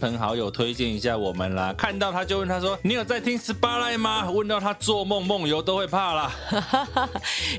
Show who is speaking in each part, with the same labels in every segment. Speaker 1: 朋好友推荐一下我们啦。看到他就问他说：“你有在听十八赖吗？”问到他做梦梦游都会怕啦。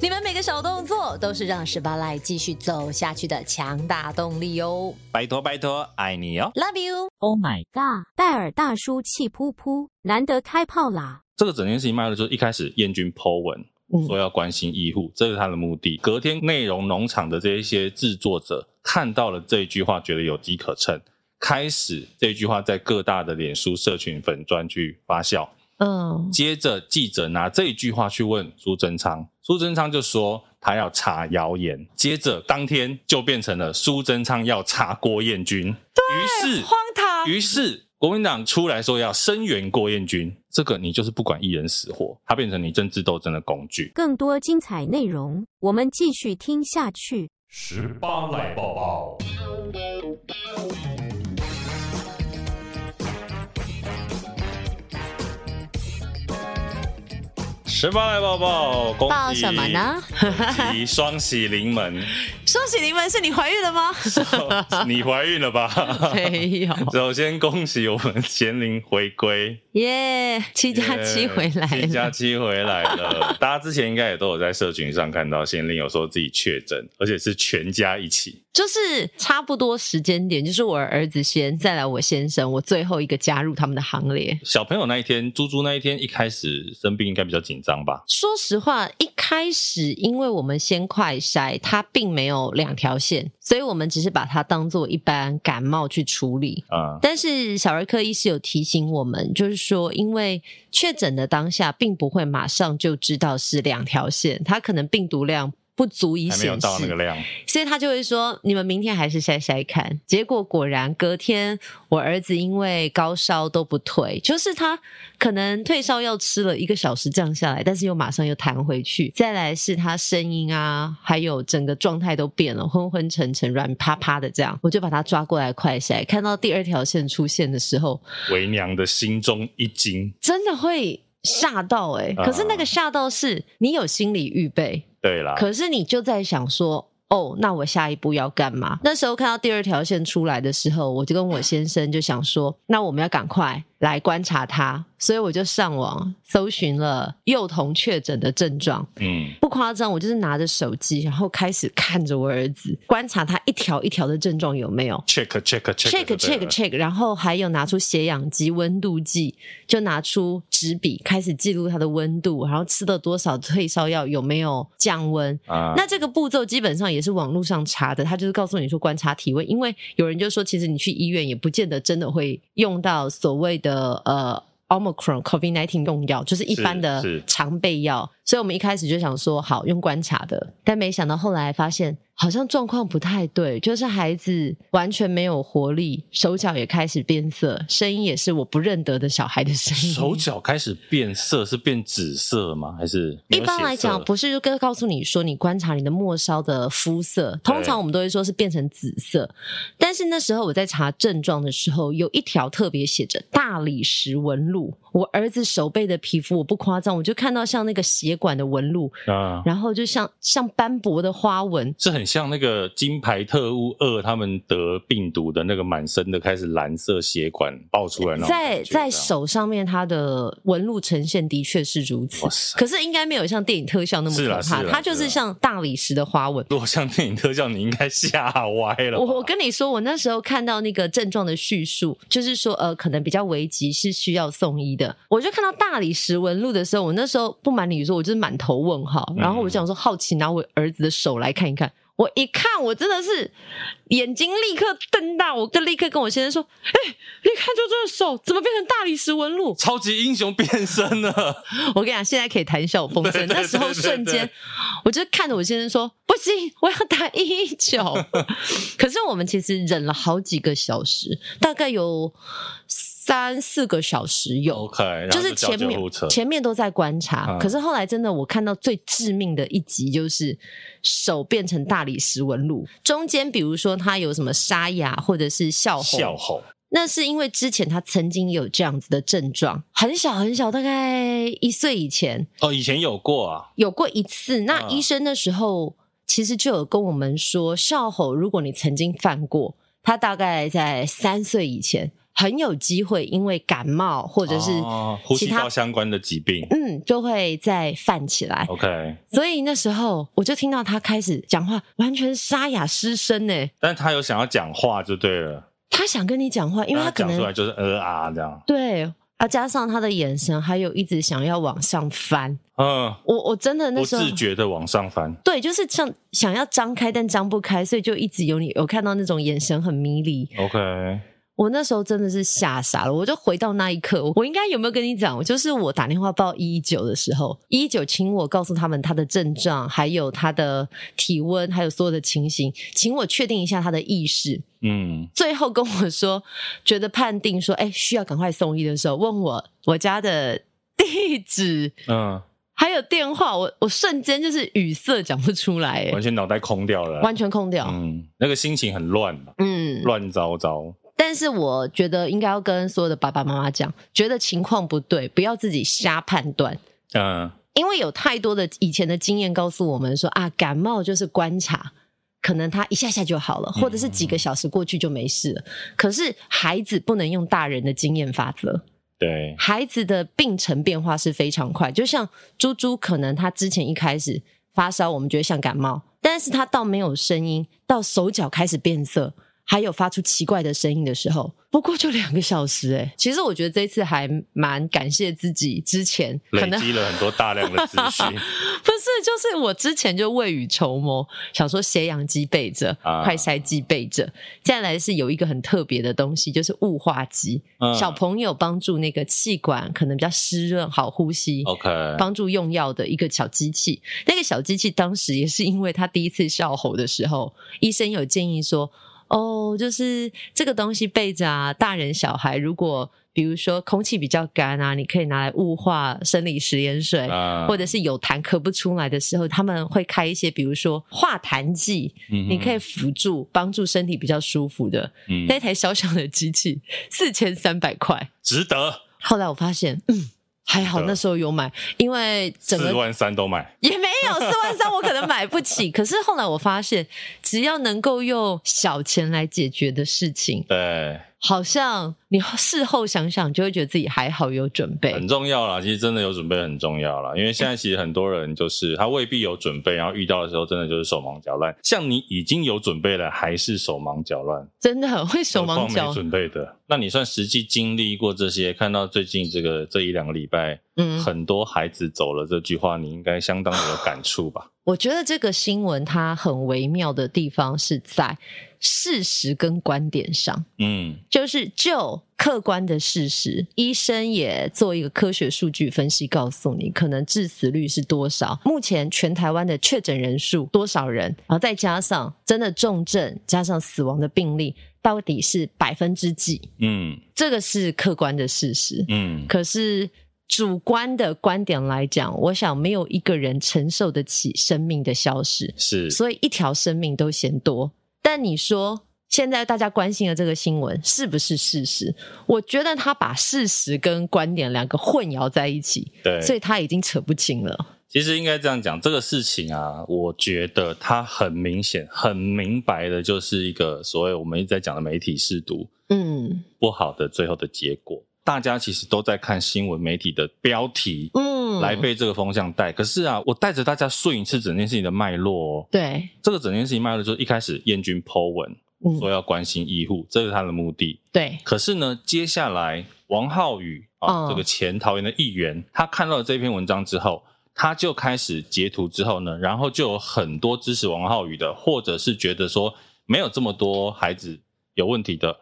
Speaker 2: 你们每个小动作都是让十八赖继续走下去的强大动力哦。
Speaker 1: 拜托拜托，爱你哦。
Speaker 2: Love you，
Speaker 3: Oh my god！戴尔大叔气扑扑，难得开炮啦！
Speaker 1: 这个整件事情脉络就是一开始燕军 Po 文
Speaker 2: 嗯
Speaker 1: 说要关心医护，这是他的目的。隔天内容农场的这一些制作者看到了这一句话，觉得有机可乘，开始这句话在各大的脸书社群粉专去发酵。
Speaker 3: 哦
Speaker 2: 嗯
Speaker 1: 接着记者拿这一句话去问苏贞昌，苏贞昌就说他要查谣言。接着当天就变成了苏贞昌要查郭彦军，于是
Speaker 4: 荒唐。
Speaker 1: 于是国民党出来说要声援郭彦军，这个你就是不管一人死活，它变成你政治斗争的工具。
Speaker 3: 更多精彩内容，我们继续听下去。
Speaker 5: 十八来抱抱。
Speaker 1: 十八来抱抱，恭喜！
Speaker 2: 报什么呢？
Speaker 1: 恭喜？双喜 临门，
Speaker 4: 恭喜你们，是你怀孕了吗？哎
Speaker 1: 你怀孕了吧？
Speaker 4: 有，
Speaker 1: 首先恭喜我们贤玲回归，
Speaker 4: 耶、 七加七回来
Speaker 1: 七加
Speaker 4: 了。
Speaker 1: 七回来了。 大家之前应该也都有在社群上看到贤玲有说自己确诊，而且是全家一起。
Speaker 4: 就是差不多时间点，就是我儿子先，再来我先生，我最后一个加入他们的行列。
Speaker 1: 小朋友那一天，猪猪那一天一开始生病应该比较紧张吧？
Speaker 4: 说实话，一开始因为我们先快筛，它并没有两条线，所以我们只是把它当做一般感冒去处理。
Speaker 1: 啊、
Speaker 4: 但是小儿科医师有提醒我们，就是说，因为确诊的当下，并不会马上就知道是两条线，它可能病毒量不足以
Speaker 1: 还没有
Speaker 4: 显
Speaker 1: 到那个
Speaker 4: 示，
Speaker 1: 量。
Speaker 4: 所以他就会说，你们明天还是筛筛看。结果果然隔天，我儿子因为高烧都不退，就是他可能退烧药吃了一个小时降下来，但是又马上又弹回去。再来是他声音啊，还有整个状态都变了，昏昏沉沉、软趴趴的这样，我就把他抓过来快筛，看到第二条线出现的时候，
Speaker 1: 为娘的心中一惊。
Speaker 4: 真的会吓到哎、
Speaker 1: 啊
Speaker 4: 可是那个吓到是你有心理预备，
Speaker 1: 对啦，
Speaker 4: 可是你就在想说。哦，那我下一步要干嘛？那时候看到第二条线出来的时候，我就跟我先生就想说， 那我们要赶快来观察他，所以我就上网搜寻了幼童确诊的症状。
Speaker 1: 嗯，
Speaker 4: 不夸张，我就是拿着手机，然后开始看着我儿子，观察他一条一条的症状有没有。
Speaker 1: check check check
Speaker 4: check check check，然后还有拿出血氧机、温度计，就拿出纸笔开始记录它的温度，然后吃了多少退烧药，有没有降温。
Speaker 1: 啊，
Speaker 4: 那这个步骤基本上也是网络上查的，他就是告诉你说观察体温，因为有人就说，其实你去医院也不见得真的会用到所谓的呃 omicron covid nineteen 用药，就是一般的
Speaker 1: 是是
Speaker 4: 常备药。所以我们一开始就想说好用观察的，但没想到后来发现好像状况不太对，就是孩子完全没有活力，手脚也开始变色，声音也是我不认得的小孩的声音，
Speaker 1: 手脚开始变色，是变紫色吗？还是没
Speaker 4: 一
Speaker 1: 有
Speaker 4: 般
Speaker 1: 血
Speaker 4: 来
Speaker 1: 色
Speaker 4: 讲，不是就跟告诉你说，你观察你的末梢的肤色，通常我们都会说是变成紫色。但是那时候我在查症状的时候，有一条特别写着大理石纹路。我儿子手背的皮肤，我不夸张，我就看到像那个血管的纹路，
Speaker 1: 啊，
Speaker 4: 然后就像像斑驳的花纹。
Speaker 1: 是很像那个《金牌特务二》他们得病毒的那个满身的开始蓝色血管爆出来那种
Speaker 4: 在
Speaker 1: 感觉
Speaker 4: 在，手上面，它的纹路呈现的确是如此
Speaker 1: 哇，塞
Speaker 4: 可是应该没有像电影特效那么
Speaker 1: 是
Speaker 4: 可
Speaker 1: 啦
Speaker 4: 怕
Speaker 1: 是，啦
Speaker 4: 它就是是
Speaker 1: 啦
Speaker 4: 像大理石的花纹。
Speaker 1: 如果像电影特效，你应该吓歪了吧。
Speaker 4: 我我跟你说，我那时候看到那个症状的叙述，就是说呃，可能比较危急，是需要送医的。我就看到大理石纹路的时
Speaker 1: 嗯
Speaker 4: 候，我那时候不瞒你说，我就是满头问号。然后我就想说，好奇拿我儿子的手来看一看。我一看，我真的是眼睛立刻瞪大，我就立刻跟我先生说：“哎、你看就这手怎么变成大理石纹路？”
Speaker 1: 超级英雄变身了，
Speaker 4: 我跟你讲，现在可以谈笑风生。
Speaker 1: 对对
Speaker 4: 那时候
Speaker 1: 对对
Speaker 4: 瞬间
Speaker 1: 对，
Speaker 4: 我就看着我先生说：“不行，我要打一一九。” 可是我们其实忍了好几个小时，大概有三四个小时有。
Speaker 1: OK，然后
Speaker 4: 是
Speaker 1: 叫
Speaker 4: 前面
Speaker 1: 救护车
Speaker 4: 前面都在观察，
Speaker 1: 嗯
Speaker 4: 可是后来真的我看到最致命的一集就是手变成大理石纹路，中间比如说他有什么沙哑或者是笑红，
Speaker 1: 笑吼，
Speaker 4: 那是因为之前他曾经有这样子的症状，很小很小，大概一岁以前
Speaker 1: 哦，以前有过啊，
Speaker 4: 有过一次。那
Speaker 1: 嗯
Speaker 4: 医生那时候其实就有跟我们说，笑吼，如果你曾经犯过，他大概在三岁以前很有机会因为感冒或
Speaker 1: 或
Speaker 4: 者是
Speaker 1: 哦呼
Speaker 4: 其
Speaker 1: 吸
Speaker 4: 他
Speaker 1: 道相关的疾病。
Speaker 4: 嗯就会再犯起来。
Speaker 1: OK，
Speaker 4: 所以那时候我就听到他开始讲话，完全沙哑失声呢。
Speaker 1: 但他有想要讲话就对了，
Speaker 4: 他想跟你讲话，因为
Speaker 1: 但
Speaker 4: 他可
Speaker 1: 讲
Speaker 4: 能
Speaker 1: 出来就是呃啊这样，
Speaker 4: 对。啊，加上他的眼神，还有一直想要往上翻，
Speaker 1: 嗯，
Speaker 4: 我我真的那
Speaker 1: 不
Speaker 4: 时候
Speaker 1: 自觉的往上翻。
Speaker 4: 对，就是像想要张开但张不开，所以就一直有你有看到那种眼神很迷离。
Speaker 1: OK，
Speaker 4: 我那时候真的是吓傻了，我就回到那一刻，我应该有没有跟你讲？就是我打电话报一一九的时候，一一九请我告诉他们他的症状，还有他的体温，还有所有的情形，请我确定一下他的意识。
Speaker 1: 嗯，
Speaker 4: 最后跟我说，觉得判定说，哎，需要赶快送医的时候，问我我家的地址
Speaker 1: 嗯，
Speaker 4: 还有电话，我我瞬间就是语塞，讲不出来、哎
Speaker 1: 完全脑袋空掉了，
Speaker 4: 完全空掉。
Speaker 1: 嗯，那个心情很乱吧，
Speaker 4: 嗯，
Speaker 1: 乱糟糟。
Speaker 4: 但是我觉得应该要跟所有的爸爸妈妈讲，觉得情况不对，不要自己瞎判断，
Speaker 1: 嗯，
Speaker 4: 因为有太多的以前的经验告诉我们说啊，感冒就是观察，可能他一下下就好了，或者是几个小时过去就没事了。可是孩子不能用大人的经验法则，
Speaker 1: 对，
Speaker 4: 孩子的病程变化是非常快，就像猪猪，可能他之前一开始发烧，我们觉得像感冒，但是他到没有声音，到手脚开始变色，还有发出奇怪的声音的时候，不过就两个小时哎、其实我觉得这一次还蛮感谢自己之前 可
Speaker 1: 累
Speaker 4: 能
Speaker 1: 积了很多大量的资 讯
Speaker 4: 不是，就是我之前就未雨绸缪，想说血氧机备着，
Speaker 1: 啊
Speaker 4: 快筛机备着，再来是有一个很特别的东西，就是雾化机。
Speaker 1: 嗯
Speaker 4: 小朋友帮助那个气管可能比较湿润，好呼吸。
Speaker 1: ，OK，
Speaker 4: 帮助用药的一个小机器，那个小机器当时也是因为他第一次笑吼的时候，医生有建议说，哦，就是这个东西备着啊，大人小孩如果比如说空气比较干啊，你可以拿来雾化生理食盐水，
Speaker 1: 啊
Speaker 4: 或者是有痰咳不出来的时候，他们会开一些比如说化痰剂，你
Speaker 1: 你
Speaker 4: 可以，辅助帮助身体比较舒服的、
Speaker 1: 嗯
Speaker 4: 那台小小的机器，四千三百块。
Speaker 1: 值得
Speaker 4: 后来我发现，嗯，还好
Speaker 1: 是的
Speaker 4: 那时候有买，因为整
Speaker 1: 四
Speaker 4: 个
Speaker 1: 万三都买，
Speaker 4: 也没有四万三，我可能买不起。可是后来我发现，只要能够用小钱来解决的事情，
Speaker 1: 对，
Speaker 4: 好像你事后想想就会觉得自己还好有准备
Speaker 1: 很。重要啦。其实真的有准备很重要啦，因为现在其实很多人就是他未必有准备，然后遇到的时候真的就是手忙脚乱。像你已经有准备了，还是手忙脚乱，
Speaker 4: 真的很会手忙
Speaker 1: 何况
Speaker 4: 脚
Speaker 1: 没，准备的，那你算实际经历过这些，看到最近这个这一两个礼拜，
Speaker 4: 嗯，
Speaker 1: 很多孩子走了这句话，你应该相当的有感触 吧？
Speaker 4: 我觉得这个新闻它很微妙的地方是在事实跟观点上，
Speaker 1: 嗯，
Speaker 4: 就是就客观的事实，医生也做一个科学数据分析，告诉你可能致死率是多少，目前全台湾的确诊人数多少人，然后再加上真的重症加上死亡的病例，到底是百分之几？
Speaker 1: 嗯
Speaker 4: 这个是客观的事实。
Speaker 1: 嗯，
Speaker 4: 可是主观的观点来讲，我想没有一个人承受得起生命的消失，
Speaker 1: 是，
Speaker 4: 所以一条生命都嫌多。但你说现在大家关心的这个新闻是不是事实？我觉得他把事实跟观点两个混淆在一起，
Speaker 1: 对，
Speaker 4: 所以他已经扯不清了。
Speaker 1: 其实应该这样讲，这个事情啊，我觉得它很明显、很明白的，就是一个所谓我们一直在讲的媒体试读
Speaker 4: 嗯
Speaker 1: 不好的最后的结果。大家其实都在看新闻媒体的标题，
Speaker 4: 嗯
Speaker 1: 来被这个风向带。可是啊，我带着大家顺一次整件事情的脉络哦。
Speaker 4: 对，
Speaker 1: 这个整件事情脉络就是一开始燕军 Po 文
Speaker 4: 嗯
Speaker 1: 说要关心医护，这是他的目的。
Speaker 4: 对，
Speaker 1: 可是呢，接下来王浩宇啊，
Speaker 4: 嗯
Speaker 1: 这个前桃园的议员，他看到了这篇文章之后，他就开始截图之后呢，然后就有很多支持王浩宇的，或者是觉得说没有这么多孩子有问题的，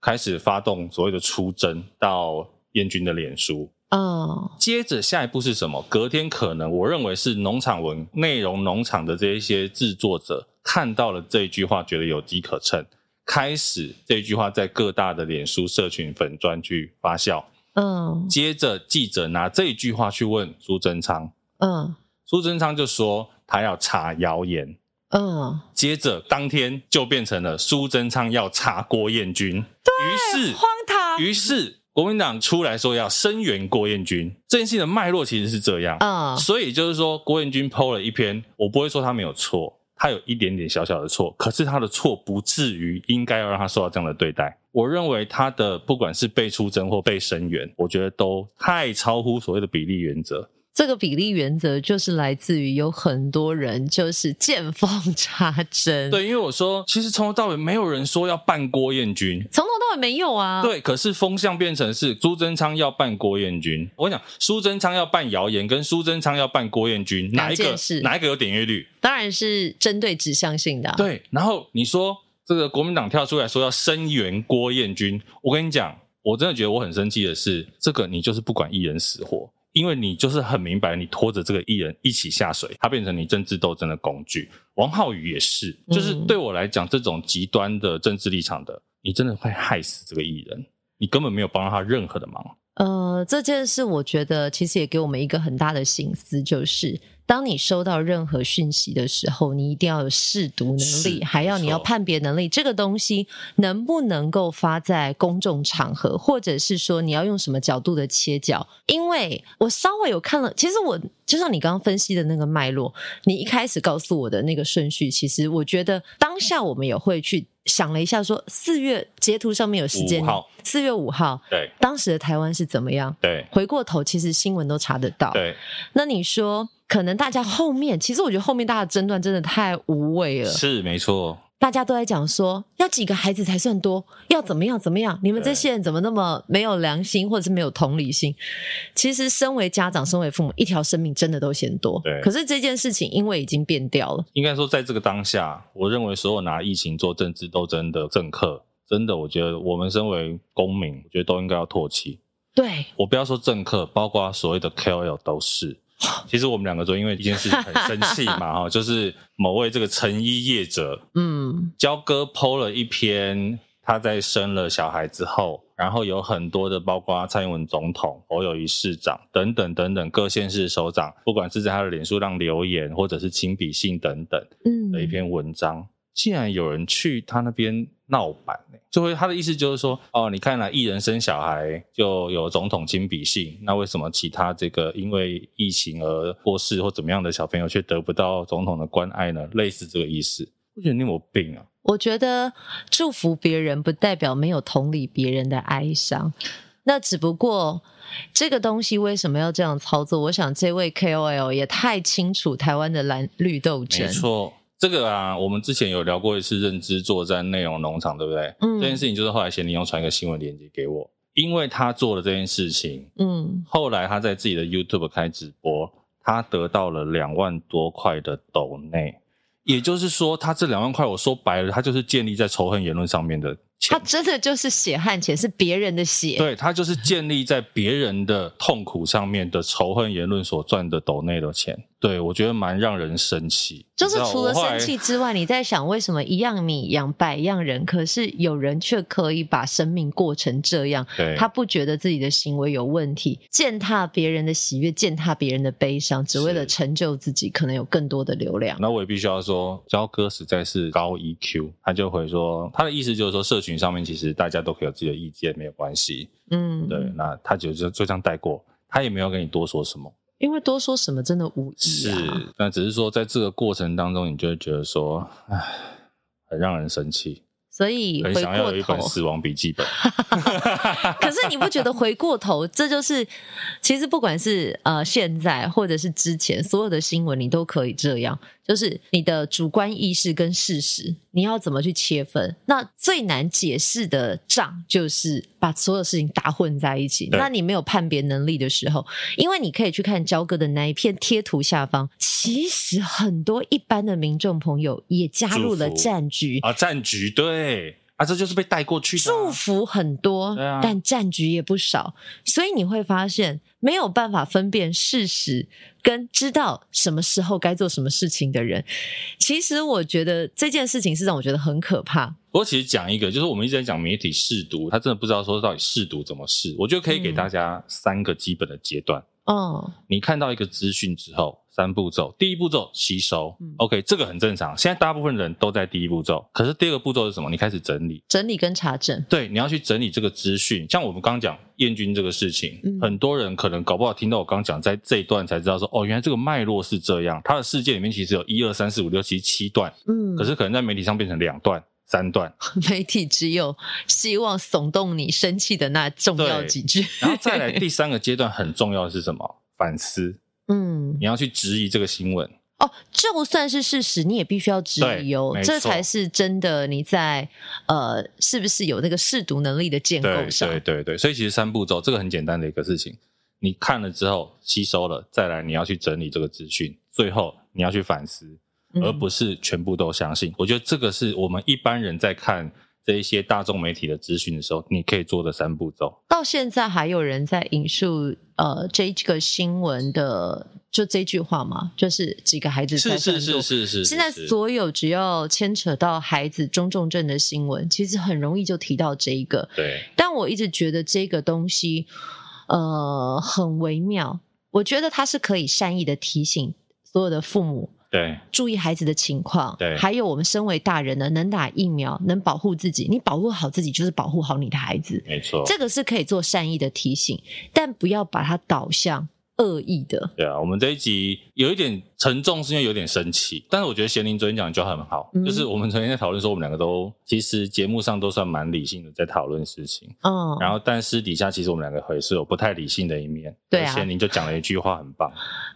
Speaker 1: 开始发动所谓的出征到燕军的脸书。
Speaker 4: 哦，
Speaker 1: 接着下一步是什么？隔天可能我认为是农场文内容农场的这一些制作者看到了这一句话，觉得有机可乘，开始这一句话在各大的脸书社群粉专去发酵。
Speaker 4: 嗯
Speaker 1: 接着记者拿这一句话去问苏贞昌，
Speaker 4: 嗯
Speaker 1: 苏贞昌就说他要查谣言。
Speaker 4: 嗯，
Speaker 1: 接着当天就变成了苏贞昌要查郭彦军，于是
Speaker 4: 荒唐。
Speaker 1: 于是国民党出来说要声援郭彦军，这件事情的脉络其实是这样。
Speaker 4: 嗯
Speaker 1: 所以就是说，郭彦军剖了一篇，我不会说他没有错，他有一点点小小的错，可是他的错不至于应该要让他受到这样的对待。我认为他的不管是被出征或被声援，我觉得都太超乎所谓的比例原则。
Speaker 4: 这个比例原则就是来自于有很多人就是见缝插针，，
Speaker 1: 对，因为我说，其实从头到尾没有人说要办郭彦军，
Speaker 4: 从头到尾没有啊。，
Speaker 1: 对，可是风向变成是苏贞昌要办郭彦军。我跟你讲，苏贞昌要办谣言，跟苏贞昌要办郭彦军，哪一
Speaker 4: 两
Speaker 1: 个
Speaker 4: 件事
Speaker 1: 哪一个有点阅率？
Speaker 4: 当然是针对指向性的、啊。，
Speaker 1: 对，然后你说这个国民党跳出来说要声援郭彦军，我跟你讲，我真的觉得我很生气的是，这个你就是不管艺人死活。因为你就是很明白，你拖着这个艺人一起下水，他变成你政治斗争的工具。王浩宇也是，就是
Speaker 4: 嗯
Speaker 1: 对我来讲，这种极端的政治立场的，你真的会害死这个艺人，你根本没有帮他任何的忙。
Speaker 4: 呃，这件事我觉得其实也给我们一个很大的醒思，就是当你收到任何讯息的时候，你一定要有试读能力，
Speaker 1: 是
Speaker 4: 还要你
Speaker 1: 没错
Speaker 4: 要判别能力，这个东西能不能够发在公众场合，或者是说你要用什么角度的切角？因为我稍微有看了，其实我就像你刚刚分析的那个脉络，你一开始告诉我的那个顺序，其实我觉得当下我们也会去想了一下说四月截图上面有时间
Speaker 1: 5号，
Speaker 4: 四月五号，
Speaker 1: 对
Speaker 4: 当时的台湾是怎么样？
Speaker 1: 对
Speaker 4: 回过头，其实新闻都查得到。，
Speaker 1: 对，
Speaker 4: 那你说，可能大家后面，其实我觉得后面大家的争端真的太无谓了。
Speaker 1: 是没错，
Speaker 4: 大家都在讲说，要几个孩子才算多，要怎么样怎么样？你们这些人怎么那么没有良心，或者是没有同理心？其实，身为家长，身为父母，一条生命真的都嫌多。
Speaker 1: 对
Speaker 4: 可是这件事情，因为已经变掉了。
Speaker 1: 应该说，在这个当下，我认为所有拿疫情做政治斗争的政客，真的，我觉得我们身为公民，我觉得都应该要唾弃。
Speaker 4: 对，
Speaker 1: 我不要说政客，包括所谓的 KOL 都是。其实我们两个都因为一件事情很生气嘛，哈，就是某位这个成衣业者
Speaker 4: 嗯，
Speaker 1: 焦哥剖了一篇他在生了小孩之后，然后有很多的，包括蔡英文总统、侯友谊市长等等等等各县市首长，不管是在他的脸书上留言，或者是亲笔信等等。
Speaker 4: 嗯
Speaker 1: 的一篇文章，竟然有人去他那边闹版、欸，就会他的意思就是说，哦，你看来艺人生小孩就有总统亲笔信，那为什么其他这个因为疫情而过世或怎么样的小朋友却得不到总统的关爱呢？类似这个意思，我觉得你有没有病啊！
Speaker 4: 我觉得祝福别人不代表没有同理别人的哀伤，那只不过这个东西为什么要这样操作？我想这位 KOL 也太清楚台湾的蓝绿斗
Speaker 1: 没
Speaker 4: 争，
Speaker 1: 错，这个啊，我们之前有聊过一次认知作战内容农场，对不对？
Speaker 4: 嗯
Speaker 1: 这件事情就是后来贤玲又传一个新闻链接给我，因为他做了这件事情，
Speaker 4: 嗯，
Speaker 1: 后来他在自己的 YouTube 开直播，他得到了两万多块的抖内，也就是说，他这两万块，我说白了，他就是建立在仇恨言论上面的
Speaker 4: 他
Speaker 1: 钱。
Speaker 4: 真的就是血汗钱，是别人的血。
Speaker 1: 对他就是建立在别人的痛苦上面的仇恨言论所赚的抖内的钱，对我觉得蛮让人生气。
Speaker 4: 就是
Speaker 1: 你知道
Speaker 4: 除了
Speaker 1: 我后来
Speaker 4: 生气之外，你在想为什么一样米养百样人，可是有人却可以把生命过成这样？
Speaker 1: 对
Speaker 4: 他不觉得自己的行为有问题，践踏别人的喜悦，践踏别人的悲伤，只为了成就自己，可能有更多的流量。
Speaker 1: 那我也必须要说，焦哥实在是高 EQ，他就会说，他的意思就是说，社群上面其实大家都可以有自己的意见，没有关系。
Speaker 4: 嗯，
Speaker 1: 对，，那他就就就这样带过，他也没有跟你多说什么。
Speaker 4: 因为多说什么真的无益啊。
Speaker 1: 那只是说在这个过程当中，你就会觉得说，唉，很让人生气，
Speaker 4: 所以
Speaker 1: 很
Speaker 4: 回
Speaker 1: 想要有
Speaker 4: 过
Speaker 1: 一本
Speaker 4: 头，
Speaker 1: 死亡笔记本。
Speaker 4: 可是是你不觉得回过头，这就是其实不管是呃现在或者是之前所有的新闻，你都可以这样，就是你的主观意识跟事实，你要怎么去切分？那最难解释的账就是把所有事情打混在一起。
Speaker 1: 对
Speaker 4: 那你没有判别能力的时候，因为你可以去看焦哥的那一片贴图下方，其实很多一般的民众朋友也加入了
Speaker 1: 祝福
Speaker 4: 战局，
Speaker 1: 啊，战局对啊，这就是被带过去的啊、
Speaker 4: 祝福很多，
Speaker 1: 对啊
Speaker 4: 但战局也不少，所以你会发现没有办法分辨事实跟知道什么时候该做什么事情的人。其实我觉得这件事情是让我觉得很可怕。
Speaker 1: 不过其实讲一个，就是我们一直在讲媒体试读，他真的不知道说到底试读怎么试。我觉得可以给
Speaker 4: 嗯
Speaker 1: 大家三个基本的阶段。
Speaker 4: 哦，
Speaker 1: 你看到一个资讯之后，三步骤，第一步骤吸收、
Speaker 4: 嗯
Speaker 1: o k 这个很正常。现在大部分人都在第一步骤，可是第二个步骤是什么？你开始整理，
Speaker 4: 整理跟查证，
Speaker 1: 对，你要去整理这个资讯。像我们刚刚讲燕军这个事情，
Speaker 4: 嗯
Speaker 1: 很多人可能搞不好听到我刚讲在这一段才知道说，哦，原来这个脉络是这样。它的事件里面其实有一二三四五六七七段，
Speaker 4: 嗯，
Speaker 1: 可是可能在媒体上变成两段、三段。
Speaker 4: 媒体只有希望耸动你生气的那重要
Speaker 1: 对
Speaker 4: 几句，
Speaker 1: 然后再来第三个阶段很重要的是什么？反思，
Speaker 4: 嗯，
Speaker 1: 你要去质疑这个新闻。
Speaker 4: 哦，就算是事实，你也必须要质疑哦
Speaker 1: 对，没
Speaker 4: 这
Speaker 1: 错
Speaker 4: 才是真的你在呃，是不是有那个试读能力的建构上？
Speaker 1: 对对对，所以其实三步骤，这个很简单的一个事情，你看了之后吸收了，再来你要去整理这个资讯，最后你要去反思，
Speaker 4: 嗯
Speaker 1: 而不是全部都相信。我觉得这个是我们一般人在看这一些大众媒体的资讯的时候，你可以做的三步骤。
Speaker 4: 到现在还有人在引述呃这个新闻的就这句话嘛，就是几个孩子在
Speaker 1: 是是
Speaker 4: 贩毒
Speaker 1: 是是是，
Speaker 4: 现在
Speaker 1: 是
Speaker 4: 所有只要牵扯到孩子中重症的新闻，其实很容易就提到这一个。
Speaker 1: 对
Speaker 4: 但我一直觉得这个东西，呃，很微妙。我觉得它是可以善意的提醒所有的父母
Speaker 1: 对
Speaker 4: 注意孩子的情况，
Speaker 1: 对
Speaker 4: 还有我们身为大人呢，能打疫苗，能保护自己，你保护好自己就是保护好你的孩子，
Speaker 1: 没错，
Speaker 4: 这个是可以做善意的提醒，但不要把它导向恶意的。
Speaker 1: 对啊，我们这一集有一点沉重，是因为有点生气。但是我觉得贤玲昨天讲的就很好，
Speaker 4: 嗯
Speaker 1: 就是我们昨天在讨论说，我们两个都其实节目上都算蛮理性的在讨论事情，
Speaker 4: 嗯，
Speaker 1: 然后但私底下其实我们两个还是有不太理性的一面。
Speaker 4: 对啊
Speaker 1: 贤玲就讲了一句话很棒，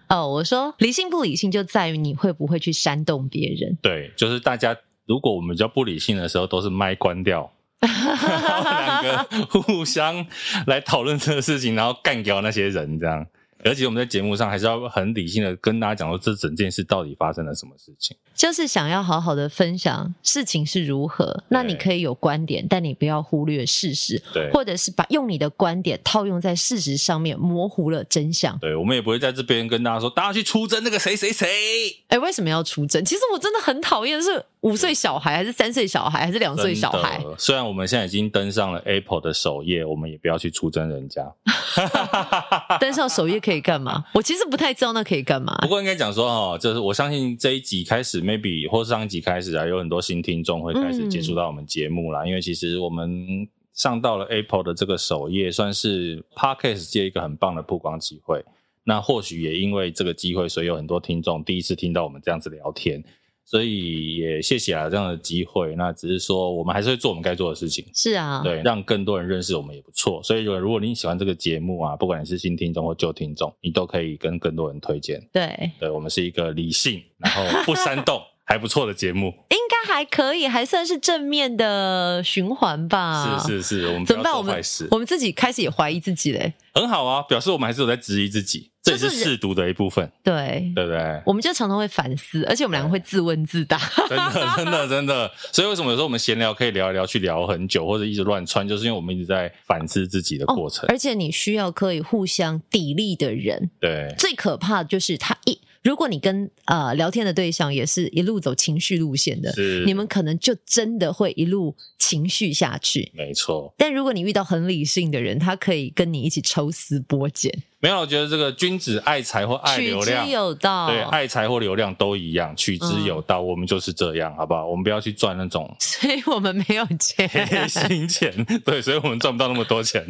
Speaker 4: 哦，我说理性不理性，就在于你会不会去煽动别人。
Speaker 1: 对，就是大家如果我们比较不理性的时候，都是麦关 掉。然后两个互相来讨论这个事情，然后干掉那些人，这样。而且我们在节目上还是要很理性的跟大家讲说，这整件事到底发生了什么事情。
Speaker 4: 就是想要好好的分享事情是如何，那你可以有观点，但你不要忽略事实，
Speaker 1: 对，
Speaker 4: 或者是把用你的观点套用在事实上面，模糊了真相。
Speaker 1: 对，我们也不会在这边跟大家说，大家去出征那个谁谁谁。
Speaker 4: 哎，为什么要出征？其实我真的很讨厌，是五岁小孩，还是三岁小孩，还是两岁小孩
Speaker 1: 真？的虽然我们现在已经登上了 Apple 的首页，我们也不要去出征人家。
Speaker 4: 登上首页可以干嘛？我其实不太知道那可以干嘛
Speaker 1: 不。过应该讲说哦，就是我相信这一集开始，maybe 或上一集开始啊，有很多新听众会开始接触到我们节目啦。因为其实我们上到了 Apple 的这个首页，算是 Podcast 界一个很棒的曝光机会。那或许也因为这个机会，所以有很多听众第一次听到我们这样子聊天，所以也谢谢啊这样的机会。那只是说我们还是会做我们该做的事情。
Speaker 4: 是啊，
Speaker 1: 对，让更多人认识我们也不错。所以，如果如果你喜欢这个节目啊，不管你是新听众或旧听众，你都可以跟更多人推荐。
Speaker 4: 对，
Speaker 1: 对我们是一个理性，然后不煽动，还不错的节 目。
Speaker 4: 应该还可以，还算是正面的循环吧。
Speaker 1: 是是是，我们不
Speaker 4: 啊怎么
Speaker 1: 要
Speaker 4: 办？
Speaker 1: 做
Speaker 4: 我们
Speaker 1: 坏事
Speaker 4: 我，们自己开始也怀疑自己嘞。
Speaker 1: 很好啊，表示我们还是有在质疑自己，这也是
Speaker 4: 就是
Speaker 1: 试读的一部分，
Speaker 4: 对，
Speaker 1: 对不对？
Speaker 4: 我们就常常会反思，而且我们两个会自问自答。
Speaker 1: 真的真的真的，所以为什么有时候我们闲聊可以聊一聊去聊很久，或者一直乱窜，就是因为我们一直在反思自己的过程。
Speaker 4: 而且你需要可以互相砥砺的人。
Speaker 1: 对
Speaker 4: 最可怕的就是他一，如果你跟呃聊天的对象也是一路走情绪路线的，
Speaker 1: 是
Speaker 4: 你们可能就真的会一路情绪下去。
Speaker 1: 没错。
Speaker 4: 但如果你遇到很理性的人，他可以跟你一起抽丝剥茧。
Speaker 1: 没有，我觉得这个君子爱财或爱
Speaker 4: 取
Speaker 1: 流
Speaker 4: 之
Speaker 1: 量，
Speaker 4: 有哦嗯道，
Speaker 1: 对，爱财或流量都一样，取之有道。我们就是这样，好不好？我们不要去赚那种
Speaker 4: 所以我们没有钱。
Speaker 1: 黑黑心钱，对，所以我们赚不到那么多钱。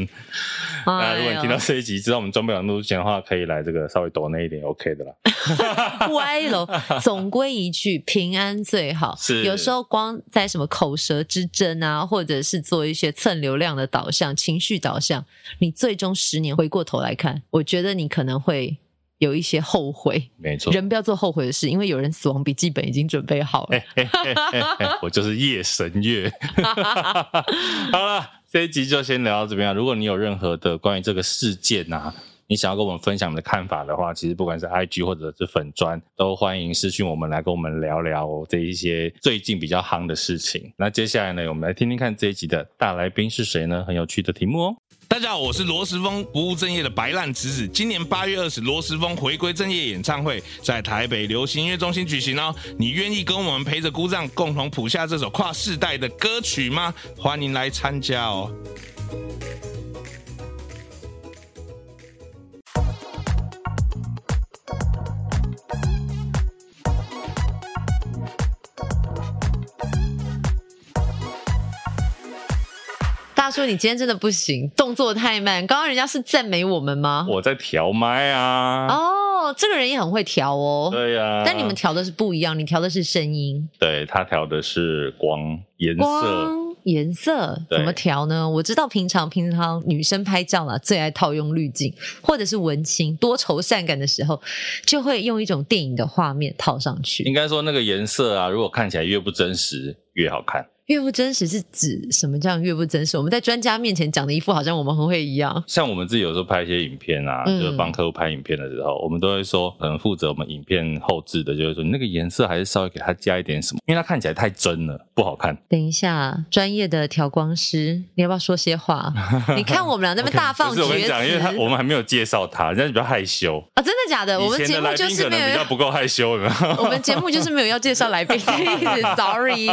Speaker 1: 那、
Speaker 4: 哎
Speaker 1: 如
Speaker 4: 呦
Speaker 1: 果你听到这一集知道我们赚不了那么多钱的话，可以来这个稍微抖那一点，OK 的啦。
Speaker 4: 歪 楼，总归一句，平安最好。
Speaker 1: 是
Speaker 4: 有时候光在什么口舌之争啊，或者是做一些蹭流量的导向、情绪导向，你最终十年回过头来看，我觉得你可能会有一些后悔。
Speaker 1: 没错。
Speaker 4: 人不要做后悔的事，因为有人死亡笔记本已经准备好
Speaker 1: 哎
Speaker 4: 了。
Speaker 1: 我就是夜神月。好了，这一集就先聊到这边啊。如果你有任何的关于这个事件啊，你想要跟我们分享你的看法的话，其实不管是 IG 或者是粉砖，都欢迎私讯我们来跟我们聊聊哦这一些最近比较夯的事情。那接下来呢，我们来听听看这一集的大来宾是谁呢？很有趣的题目哦。
Speaker 6: 大家好，我是罗时峰，不务正业的白烂侄子。今年八月二十，罗时峰回归正业演唱会在台北流行音乐中心举行哦。你愿意跟我们陪着姑丈共同谱下这首跨世代的歌曲吗？欢迎来参加哦！
Speaker 4: 大叔，你今天真的不行，动作太慢。刚刚人家是赞美我们吗？
Speaker 1: 我在调麦啊。
Speaker 4: 哦，这个人也很会调哦。
Speaker 1: 对啊呀、
Speaker 4: 但你们调的是不一样，你调的是声音、
Speaker 1: 对他调的是光颜色，
Speaker 4: 光、颜色，
Speaker 1: 对
Speaker 4: 怎么调呢？我知道平常平常女生拍照啦，最爱套用滤镜，或者是文青多愁善感的时候，就会用一种电影的画面套上
Speaker 1: 应
Speaker 4: 去。
Speaker 1: 该说那个颜色啊，如果看起来越不真实越好看。
Speaker 4: 越不真实是指什么叫越不真实？我们在专家面前讲的一副好像我们很会一样。
Speaker 1: 像我们自己有时候拍一些影片啊，
Speaker 4: 嗯
Speaker 1: 就是帮客户拍影片的时候，我们都会说，可能负责我们影片后置的，就是说你那个颜色还是稍微给它加一点什么，因为它看起来太真了，不好看。
Speaker 4: 等一下，专业的调光师，你要不要说 些话？你看我们俩那边大放
Speaker 1: 不
Speaker 4: 厥
Speaker 1: 是
Speaker 4: 词
Speaker 1: 我跟你讲，因为他我们还没有介绍他，人家比较害羞。
Speaker 4: 啊，真的假的？我们
Speaker 1: 以前
Speaker 4: 节
Speaker 1: 的
Speaker 4: 目
Speaker 1: 来
Speaker 4: 就
Speaker 1: 宾
Speaker 4: 是
Speaker 1: 可
Speaker 4: 没有
Speaker 1: 能比较
Speaker 4: 要
Speaker 1: 不够害羞，有没 有？
Speaker 4: 我们节目就是没有要介绍来宾的 意思，sorry。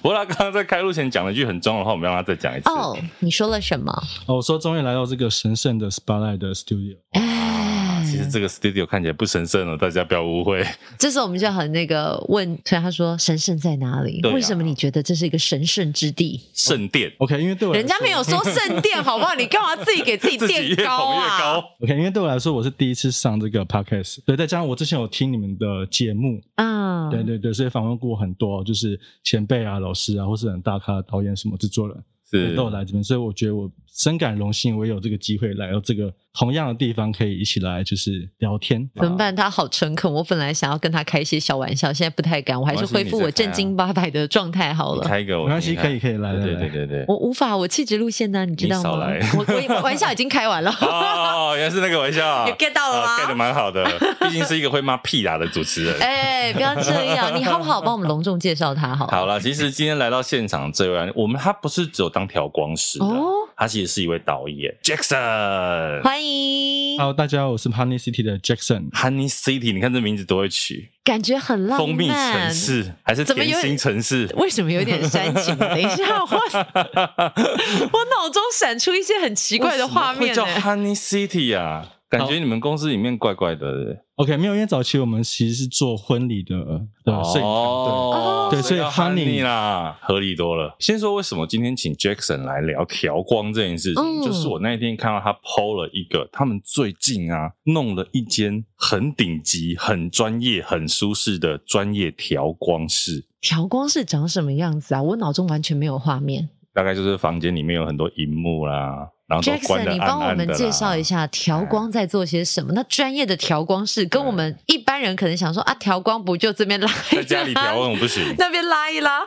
Speaker 1: 不过他刚刚在开录前讲了一句很重要的话，我们让他再讲一次。
Speaker 4: 哦，你说了什么？
Speaker 7: 哦，我说终于来到这个神圣的 Spotlight 的 Studio，
Speaker 1: 啊
Speaker 4: 哎，
Speaker 1: 其实这个 studio 看起来不神圣哦了，大家不要误 会。
Speaker 4: 这时候我们就很那个问，所以他说神圣在哪里？
Speaker 1: 对啊
Speaker 4: 为什么你觉得这是一个神圣之地？
Speaker 1: 圣殿
Speaker 7: OK，因为对我来啊
Speaker 4: 人家
Speaker 7: 说
Speaker 4: 没有说圣殿，好不好？你干嘛自己给自 己
Speaker 1: 自己
Speaker 4: 垫
Speaker 1: 越
Speaker 4: 高
Speaker 1: 捧越
Speaker 4: 啊？
Speaker 1: 高。
Speaker 7: OK，因为对我来说我是第一次上这个 Podcast，对，再加上我之前有听你们的节目，
Speaker 4: 嗯，
Speaker 7: 对对对，所以访问过很多就是前辈啊、老师啊，或是很大咖的导演什么制作人，
Speaker 1: 是
Speaker 7: 都有来这边，所以我觉得我深感荣幸，我有这个机会来到这个同样的地方，可以一起来就是聊天。
Speaker 4: 嗯怎么办？他好诚恳，我本来想要跟他开一些小玩笑，现在不太敢，我还是
Speaker 1: 没关系
Speaker 4: 恢复我
Speaker 1: 你再开啊
Speaker 4: 正经八百的状态好
Speaker 1: 你
Speaker 4: 了。
Speaker 1: 开一个我
Speaker 7: 没关系
Speaker 1: 听听看
Speaker 7: 可以可以来来
Speaker 1: 对对
Speaker 7: 来
Speaker 1: 对对对。
Speaker 4: 我无法，我气质路线呢，你知道
Speaker 1: 你少
Speaker 4: 吗
Speaker 1: 来？
Speaker 4: 我我我玩笑已经开完了。
Speaker 1: 哦，原来是那个玩笑 啊，
Speaker 4: 有 get 到了吗
Speaker 1: 啊？get 的蛮好 的，毕竟是一个会骂屁啦的主持人。
Speaker 4: 哎、不要这样，你好不好帮我们隆重介绍他好了？
Speaker 1: 好了，其实今天来到现场这位啊，我们他不是只有当调光师的，
Speaker 4: 哦
Speaker 1: 他其实是一位导演，Jackson。
Speaker 4: 欢迎，
Speaker 7: Hello，大家好，我是 Honey City 的 Jackson。
Speaker 1: Honey City，你看这名字多会取，
Speaker 4: 感觉很浪漫。
Speaker 1: 蜂蜜城市还是
Speaker 4: 怎么有
Speaker 1: 甜心城市？
Speaker 4: 为什么有点煽情？等一下，我 我脑中闪出一些很 奇怪的画面、
Speaker 1: 为什么会叫
Speaker 4: 欸。
Speaker 1: Honey City 啊，感觉你们公司里面怪怪的。
Speaker 7: OK，没有，因为早期我们其实是做婚礼的的摄影团
Speaker 1: 哦，
Speaker 7: 对对所以
Speaker 1: 要
Speaker 7: Honey-
Speaker 1: Honey 啦，合理多了。先说为什么今天请 Jackson 来聊调光这件事情，
Speaker 4: 嗯
Speaker 1: 就是我那一天看到他 PO 了一个，他们最近啊弄了一间很顶级、很专业、很舒适的专业调光室。
Speaker 4: 调光是长什么样子啊？我脑中完全没有画面。
Speaker 1: 大概就是房间里面有很多荧幕啦，然后都关
Speaker 4: Jackson，
Speaker 1: 的
Speaker 4: 你
Speaker 1: 暗
Speaker 4: 帮我
Speaker 1: 暗的
Speaker 4: 们
Speaker 1: 啦。
Speaker 4: 介绍一下调光在做些什么？那专业的调光是跟我们一般人可能想说啊，调光不就这边拉一
Speaker 1: 在
Speaker 4: 拉，，
Speaker 1: 家里调光我不行
Speaker 4: 那边拉一拉。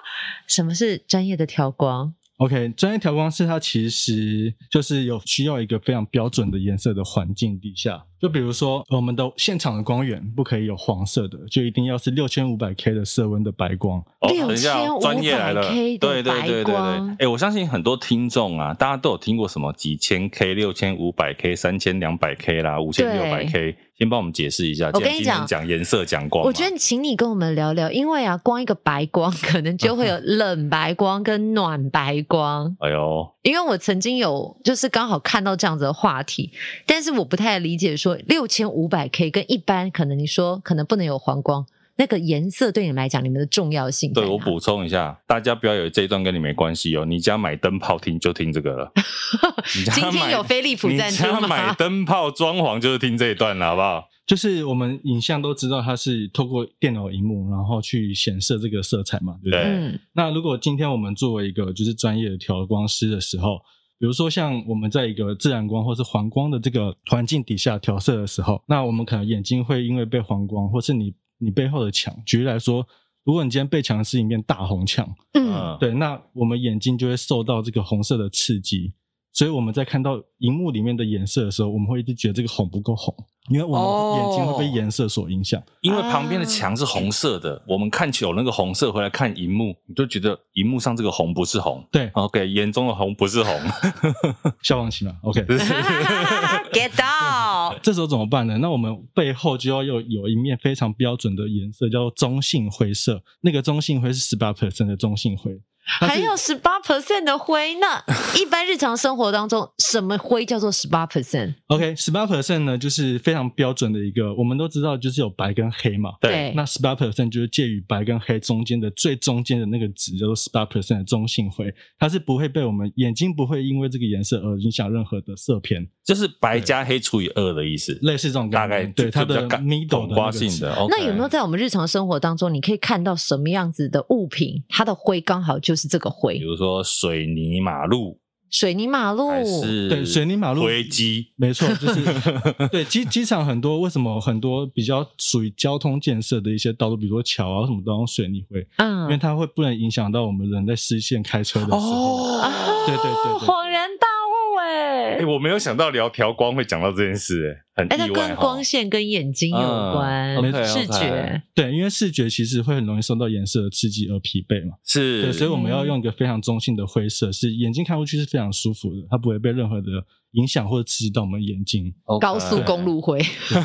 Speaker 4: 什么是专业的调光？
Speaker 7: OK，专业调光师它其实就是有需要一个非常标准的颜色的环境底下，就比如说我们的现场的光源不可以有黄色的，就一定要是六千五百 K 的色温的白光。
Speaker 1: 哦，等一下哦，
Speaker 4: 6500
Speaker 1: 专业来了，
Speaker 4: K
Speaker 1: 对
Speaker 4: 的
Speaker 1: 对对对对。
Speaker 4: 白光
Speaker 1: 哎、我相信很多听众啊，大家都有听过什么几千 K、六千五百 K、三千两百 K 啦、五千六百 K，先帮我们解释一下。
Speaker 4: 我跟
Speaker 1: 既然今
Speaker 4: 你
Speaker 1: 天
Speaker 4: 讲
Speaker 1: 讲颜色讲光嘛，
Speaker 4: 我觉得你请你跟我们聊聊，因为啊，光一个白光可能就会有冷白光跟暖白光。
Speaker 1: 哎呦，
Speaker 4: 因为我曾经有就是刚好看到这样子的话题，但是我不太理解说六千五百 K 跟一般可能你说可能不能有黄光，那个颜色对你们来讲，你啊们的重要性在
Speaker 1: 对
Speaker 4: 哪
Speaker 1: 我补充一下，大家不要以为这一段跟你没关系哦。你家买灯泡听就听这个 了。你家
Speaker 4: 今天
Speaker 1: 买
Speaker 4: 有飞利浦
Speaker 1: 你
Speaker 4: 赞助
Speaker 1: 家买
Speaker 4: 吗？
Speaker 1: 灯泡装潢就是听这一段了，好不好？
Speaker 7: 就是我们影像都知道它是透过电脑荧幕，然后去显示这个色彩嘛，对不对？
Speaker 1: 对
Speaker 4: 嗯，
Speaker 7: 那如果今天我们作为一个就是专业的调光师的时候，比如说像我们在一个自然光或是黄光的这个环境底下调色的时候，那我们可能眼睛会因为被黄光，或是你你背后的墙，举例来说，如果你今天背墙是一面大红墙，
Speaker 4: 嗯，
Speaker 7: 对，那我们眼睛就会受到这个红色的刺激。所以我们在看到荧幕里面的颜色的时候，我们会一直觉得这个红不够红，因为我们眼睛会被颜色所影响。
Speaker 1: 因为旁
Speaker 7: 啊
Speaker 1: 边的墙是红色的，我们看球那个红色回来看荧幕，你就觉得荧幕上这个红不是红。
Speaker 7: 对，
Speaker 1: OK，眼中的红不是红，
Speaker 7: 消防器嘛，OK，
Speaker 4: get 到，
Speaker 7: 这时候怎么办呢？那我们背后就要有有一面非常标准的颜色，叫做中性灰色。那个中性灰是十八 percent 的中性灰，它
Speaker 4: 还
Speaker 7: 是
Speaker 4: 有十八 percent 的灰呢。一般日常生活当中，什么灰叫做十八 percent？
Speaker 7: OK 十八 percent 呢，就是非常标准的一个。我们都知道，就是有白跟黑嘛。
Speaker 1: 对
Speaker 7: 那十八 percent 就是介于白跟黑中间的最中间的那个值，叫做十八 percent 的中性灰，它是不会被我们眼睛不会因为这个颜色而影响任何的色偏，
Speaker 1: 就是白加黑除以二的意思，
Speaker 7: 类似这种
Speaker 1: 大
Speaker 7: 概
Speaker 1: 概
Speaker 7: 念。对
Speaker 1: 就
Speaker 7: 它
Speaker 1: 就比
Speaker 7: 的
Speaker 1: 较感
Speaker 7: middle 的
Speaker 1: 统
Speaker 7: 那
Speaker 1: 瓜
Speaker 7: 个值
Speaker 1: 性的。OK
Speaker 4: 那有没有在我们日常生活当中，你可以看到什么样子的物品，它的灰刚好就是这个
Speaker 1: 比
Speaker 4: 灰？
Speaker 1: 如说水泥马路
Speaker 4: 水泥马路
Speaker 1: 还是
Speaker 7: 对水泥马路
Speaker 1: 灰机？
Speaker 7: 没错，就是 对机机场很多为什么很多比较属于交通建设的一些道路，比如说桥啊什么都用水泥灰，因为
Speaker 4: 嗯，
Speaker 7: 它会不能影响到我们人在视线开车的时候。
Speaker 4: 啊
Speaker 1: 哦，
Speaker 7: 对对对对，
Speaker 4: 恍然大悟哎、
Speaker 1: 哎，我没有想到聊调光会讲到这件事，哎
Speaker 4: 哎，
Speaker 1: 很
Speaker 4: 它
Speaker 1: 意外
Speaker 4: 跟
Speaker 1: 哈
Speaker 4: 光线跟眼睛有关，
Speaker 1: 嗯，OK，OK
Speaker 4: 视觉。
Speaker 7: 对，因为视觉其实会很容易受到颜色的刺激而疲惫嘛，对，
Speaker 1: 是，
Speaker 7: 所以我们要用一个非常中性的灰色，是眼睛看过去是非常舒服的，它不会被任何的影响或者刺激到我们眼睛。
Speaker 1: OK
Speaker 4: 高速公路灰，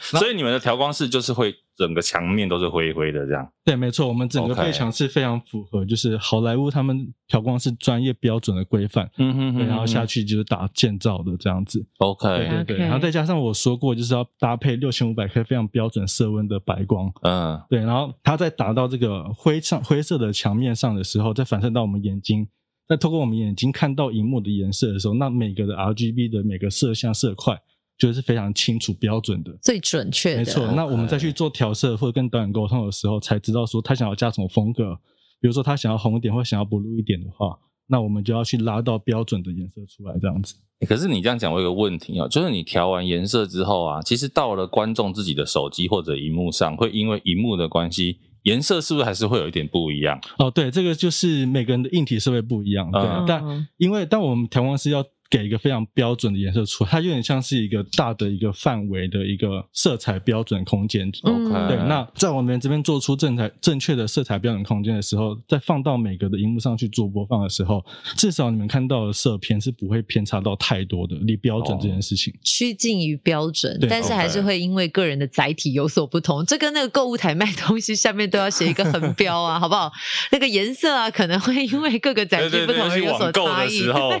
Speaker 1: 所以你们的调光室就是会整个墙面都是灰灰的这样。
Speaker 7: 对，没错，我们整个
Speaker 1: OK
Speaker 7: 背墙是非常符合，就是好莱坞他们调光是专业标准的规范，
Speaker 1: 嗯哼
Speaker 7: 对，然后下去就是打建造的这样子。对
Speaker 1: OK，
Speaker 7: 对对，
Speaker 4: OK
Speaker 7: 然后再加上我说过，就是要搭配六千五百克非常标准色温的白光。
Speaker 1: 嗯，
Speaker 7: 对，然后它在打到这个灰上灰色的墙面上的时候，再反射到我们眼睛，再透过我们眼睛看到荧幕的颜色的时候，那每个的 RGB 的每个色相色块，就是非常清楚标准的。
Speaker 4: 最准确的，
Speaker 7: 没错，那我们再去做调色或者跟导演沟通的时候，才知道说他想要加什么风格。比如说他想要红一点或想要 blue 一点的话，那我们就要去拉到标准的颜色出来，这样子。
Speaker 1: 欸可是你这样讲，我有个问题哦，就是你调完颜色之后啊，其实到了观众自己的手机或者荧幕上，会因为荧幕的关系，颜色是不是还是会有一点不一样？
Speaker 7: 哦，对，这个就是每个人的硬体设备不一样，对啊、
Speaker 1: 嗯
Speaker 7: 但因为但我们调光师要给一个非常标准的颜色出来，它有点像是一个大的一个范围的一个色彩标准空间。
Speaker 4: 嗯
Speaker 1: OK
Speaker 7: 对，那在我们这边做出正彩正确的色彩标准空间的时候，再放到每个的荧幕上去做播放的时候，至少你们看到的色偏是不会偏差到太多的，离标准这件事情。
Speaker 4: 趋近于标准，
Speaker 7: 对
Speaker 4: 但是还是会因为个人的载体有所不同。这跟那个购物台卖东西下面都要写一个横标啊，好不好？那个颜色啊，可能会因为各个载体
Speaker 1: 对
Speaker 4: 不
Speaker 1: 对
Speaker 4: 同
Speaker 1: 对，
Speaker 4: 而
Speaker 1: 去
Speaker 4: 有所
Speaker 1: 网购
Speaker 4: 差
Speaker 1: 的
Speaker 4: 异。
Speaker 1: 时候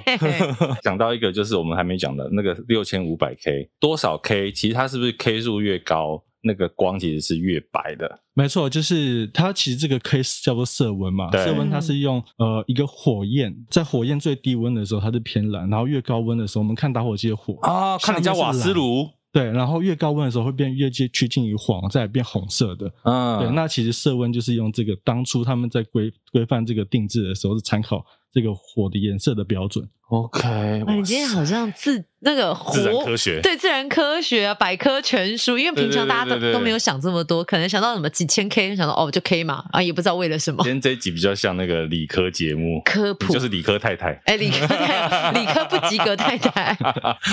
Speaker 4: 对
Speaker 1: 讲到一个，就是我们还没讲的那个六千五百 K 多少 K，其实它是不是 K 数越高，那个光其实是越白的？
Speaker 7: 没错，就是它其实这个 case 叫做色温嘛，
Speaker 1: 对
Speaker 7: 色温它是用呃一个火焰，在火焰最低温的时候它是偏蓝，然后越高温的时候，我们看打火机的火
Speaker 1: 啊，看你家瓦斯炉，
Speaker 7: 对，然后越高温的时候会变越接趋近于黄，再变红色的。
Speaker 1: 嗯，
Speaker 7: 对，那其实色温就是用这个当初他们在规规范这个定制的时候是参考这个火的颜色的标准。
Speaker 1: OK，
Speaker 4: 哇，你今天好像自 那个活
Speaker 6: 自然科学
Speaker 4: 对自然科学啊，百科全书，因为平常大家
Speaker 1: 对对对对
Speaker 4: 都
Speaker 1: 对
Speaker 4: 都没有想这么多，可能想到什么几千 K，就想到哦就 K 嘛，啊也不知道为了什么
Speaker 1: 今天这一集比较像那个理科节目，
Speaker 4: 科
Speaker 1: 你
Speaker 4: 普，
Speaker 1: 就是理科太太。
Speaker 4: 哎理科太理科不及格 太太，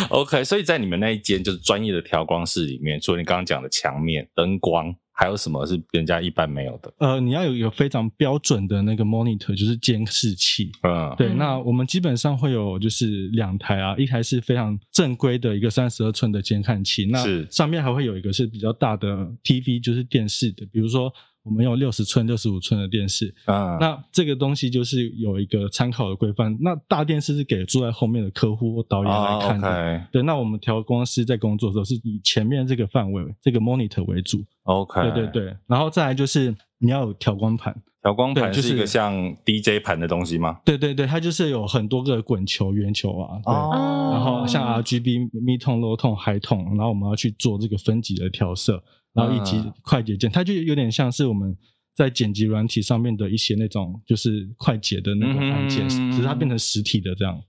Speaker 1: OK，所以在你们那一间就是专业的调光室里面，除了你刚刚讲的墙面、灯光，还有什么是人家一般没有的？
Speaker 7: 呃，你要有一个非常标准的那个 monitor，就是监视器。
Speaker 1: 嗯，
Speaker 7: 对，
Speaker 2: 嗯
Speaker 7: 那我们基本上会有就是两台啊，一台是非常正规的一个三十二寸的监看器，那
Speaker 1: 是
Speaker 7: 上面还会有一个是比较大的 TV，就是电视的，比如说我们有六十寸、六十五寸的电视，
Speaker 1: 嗯，
Speaker 7: 那这个东西就是有一个参考的规范。那大电视是给坐在后面的客户或导演
Speaker 1: 哦
Speaker 7: 来看的。
Speaker 2: 啊
Speaker 7: 对，那我们调光师在工作的时候是以前面这个范围、这个 monitor 为主。
Speaker 1: o k o k
Speaker 7: 对对，对，然后再来就是你要有调光盘，
Speaker 1: 调光盘
Speaker 7: 对就是
Speaker 1: 是一个像 DJ 盘的东西吗？
Speaker 7: 对对对，它就是有很多个滚球、圆球啊，对，
Speaker 2: 哦
Speaker 7: 然后像 RGB、密痛、low 痛、海痛，然后我们要去做这个分级的调色，然后以及
Speaker 1: 嗯
Speaker 7: 快捷键，它就有点像是我们在剪辑软体上面的一些那种就是快捷的那个按键，
Speaker 1: 嗯哼嗯哼
Speaker 7: 只是它变成实体的这样。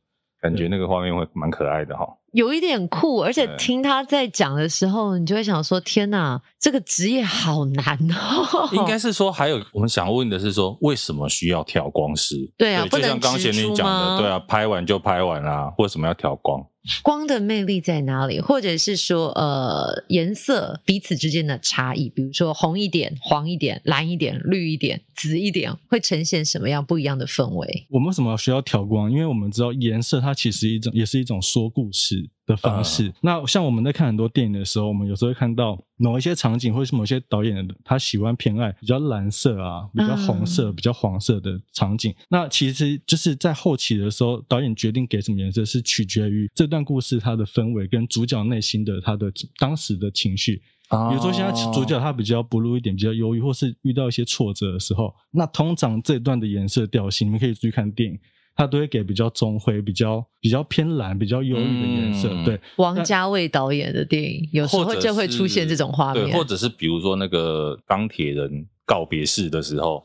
Speaker 1: 感觉那个画面会蛮可爱的哈。
Speaker 4: 有一点酷，而且
Speaker 1: 对
Speaker 4: 听他在讲的时候，你就会想说：天哪，这个职业好难哦！
Speaker 1: 应该是说，还有我们想问的是说，为什么需要调光师？
Speaker 4: 对啊不
Speaker 1: 就
Speaker 4: 能
Speaker 1: 像刚贤
Speaker 4: 直
Speaker 1: 女
Speaker 4: 出
Speaker 1: 讲
Speaker 4: 吗
Speaker 1: 的，对啊，拍完就拍完啦、为什么要调光？
Speaker 4: 光的魅力在哪里，或者是说，呃，颜色彼此之间的差异，比如说红一点、黄一点、蓝一点、绿一点、紫一点，会呈现什么样不一样的氛围？
Speaker 7: 我们为什么需要调光？因为我们知道颜色它其实一种也是一种说故事的方式。那像我们在看很多电影的时候，我们有时候会看到某一些场景，或是某些导演的他喜欢偏爱比较蓝色啊、比较红色、
Speaker 4: 嗯
Speaker 7: 比较黄色的场景。那其实就是在后期的时候，导演决定给什么颜色是取决于这段故事它的氛围跟主角内心的他的当时的情绪。比如说现在
Speaker 1: 哦
Speaker 7: 主角他比较 blue 一点，比较忧郁，或是遇到一些挫折的时候，那通常这段的颜色调性，你们可以去看电影，他都会给比较棕灰、比较比较偏蓝、比较忧郁的颜色。
Speaker 1: 嗯
Speaker 7: 对，
Speaker 4: 王家卫导演的电影有时
Speaker 1: 或
Speaker 4: 候
Speaker 1: 者
Speaker 4: 就会出现这种画
Speaker 1: 是对，或
Speaker 4: 面，
Speaker 1: 者是比如说那个钢铁人告别式的时 候，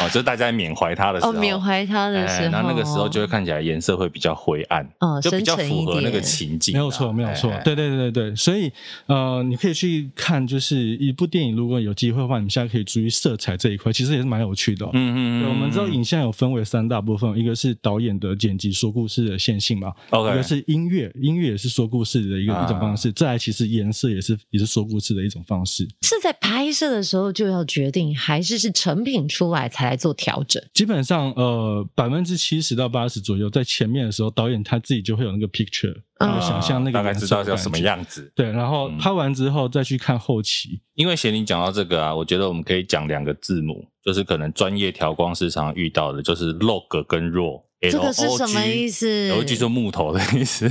Speaker 1: 哦，就是大家缅怀他的时候，哎
Speaker 4: 哦，缅怀他的时候，
Speaker 1: 那那个时候就会看起来颜色会比较灰暗，
Speaker 4: 哦
Speaker 1: 就比较
Speaker 4: 深沉一
Speaker 1: 符合那个
Speaker 4: 点
Speaker 1: 情境啊、
Speaker 7: 没有错，没有错
Speaker 1: 哎。
Speaker 7: 对对对对对，所以呃，你可以去看，就是一部电影，如果有机会的话，你们现在可以注意色彩这一块，其实也是蛮有趣的哦、
Speaker 1: 嗯嗯嗯
Speaker 7: 对，
Speaker 1: 嗯，
Speaker 7: 我们知道
Speaker 1: 嗯
Speaker 7: 影像有分为三大部分，一个是导演的剪辑说故事的线性嘛
Speaker 1: OK
Speaker 7: 一个是音乐，音乐也是说故事的一个、
Speaker 1: 啊
Speaker 7: 一种方式，再来其实颜色也是也是说故事的一种方式。
Speaker 4: 是在拍摄的时候就要决定，还是是成品出来才来做调整？
Speaker 7: 基本上呃百分之七十到八十左右，在前面的时候，导演他自己就会有那个 picture，、
Speaker 4: 嗯
Speaker 7: 那个想象那个
Speaker 1: 啊大概
Speaker 7: 颜色
Speaker 1: 知道
Speaker 7: 的
Speaker 1: 要
Speaker 7: 感
Speaker 1: 什么
Speaker 7: 觉。
Speaker 1: 样子。
Speaker 7: 对，然后
Speaker 1: 嗯
Speaker 7: 拍完之后再去看后期，
Speaker 1: 因为贤玲讲到这个啊，我觉得我们可以讲两个字母，就是可能专业调光师常遇到的，就是 log 跟 raw。
Speaker 4: 这个是什么意思
Speaker 1: LOG 是木头的意思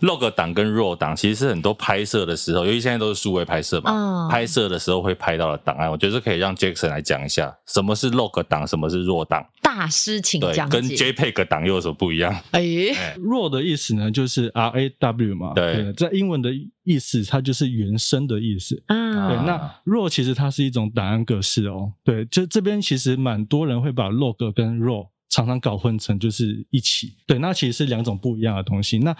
Speaker 1: ，log 档跟 raw 档其实是很多拍摄的时候，由于现在都是数位拍摄嘛，
Speaker 4: 嗯
Speaker 1: 拍摄的时候会拍到的档案，我觉得可以让 Jackson 来讲一下什么是 log 档，什么是 raw 档，
Speaker 4: 大师请
Speaker 1: 对，
Speaker 4: 讲
Speaker 1: 跟
Speaker 4: 解。
Speaker 1: JPEG 档又有什么不一样？
Speaker 4: 哎，
Speaker 7: 弱的意思呢，就是 R A W 嘛，
Speaker 1: 对
Speaker 7: 在英文的意思，它就是原声的意思。
Speaker 4: 啊，
Speaker 7: 对
Speaker 1: 啊，
Speaker 7: 那弱其实它是一种档案格式哦。对，就这边其实蛮多人会把 log 跟 raw 常常搞混成就是一起。对，那其实是两种不一样的东西。那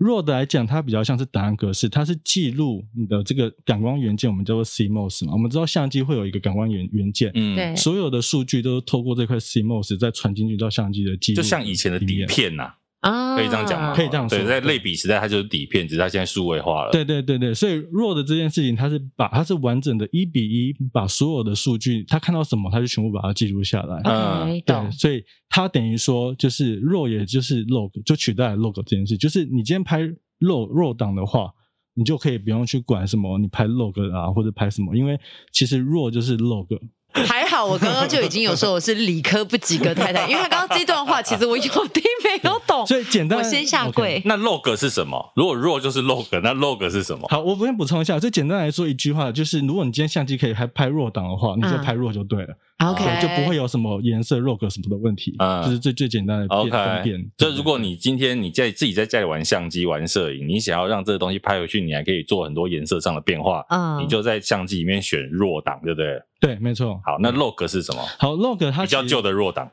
Speaker 7: raw 的来讲，它比较像是档案格式，它是记录你的这个感光元件，我们叫做 CMOS 嘛。我们知道相机会有一个感光元元件。
Speaker 1: 嗯，
Speaker 4: 对
Speaker 7: 所有的数据都是透过这块 CMOS 再传进去到相机的记录，
Speaker 1: 就像以前的底，片呐、
Speaker 4: 啊，
Speaker 1: 可以这样讲吗？
Speaker 7: 可以这样说
Speaker 1: 对，在类比时代，它就是底片，只是它现在数位化了。
Speaker 7: 对对对对，所以弱的这件事情，它是把它是完整的，一比一把所有的数据，他看到什么，他就全部把它记录下来。
Speaker 1: 嗯
Speaker 4: OK，懂啊
Speaker 7: 对，。所以它等于说就是弱，也就是 log，就取代了 log 这件事。就是你今天拍 log 弱档的话，你就可以不用去管什么你拍 log 啊或者拍什么，因为其实弱就是 log。
Speaker 4: 还好我刚刚就已经有说我是理科不及格太太，因为他刚刚这段话其 实我有听没有懂，
Speaker 7: 所以简单，
Speaker 4: 哦我先下
Speaker 7: OK
Speaker 4: 跪。
Speaker 1: 那 log 是什么？如果 raw 就是 log，那 log 是什么？
Speaker 7: 好，我先补充一下，最简单来说一句话，就是如果你今天相机可以还拍弱档的话，你就
Speaker 4: 嗯
Speaker 7: 拍弱就对了。
Speaker 4: OK，
Speaker 7: 对，就不会有什么颜色、log 什么的问题，
Speaker 1: 嗯
Speaker 7: 就是最最简单的辨
Speaker 1: OK，
Speaker 7: 分辨。
Speaker 1: 就如果你今天你在自己在家里玩相机、玩摄影，你想要让这个东西拍回去，你还可以做很多颜色上的变化，
Speaker 4: 嗯
Speaker 1: 你就在相机里面选弱档，对不对？
Speaker 7: 对，没错。
Speaker 1: 好，那 log 是什么？
Speaker 7: 好，log 嗯它
Speaker 1: 比较
Speaker 7: 其实
Speaker 1: 旧的弱档，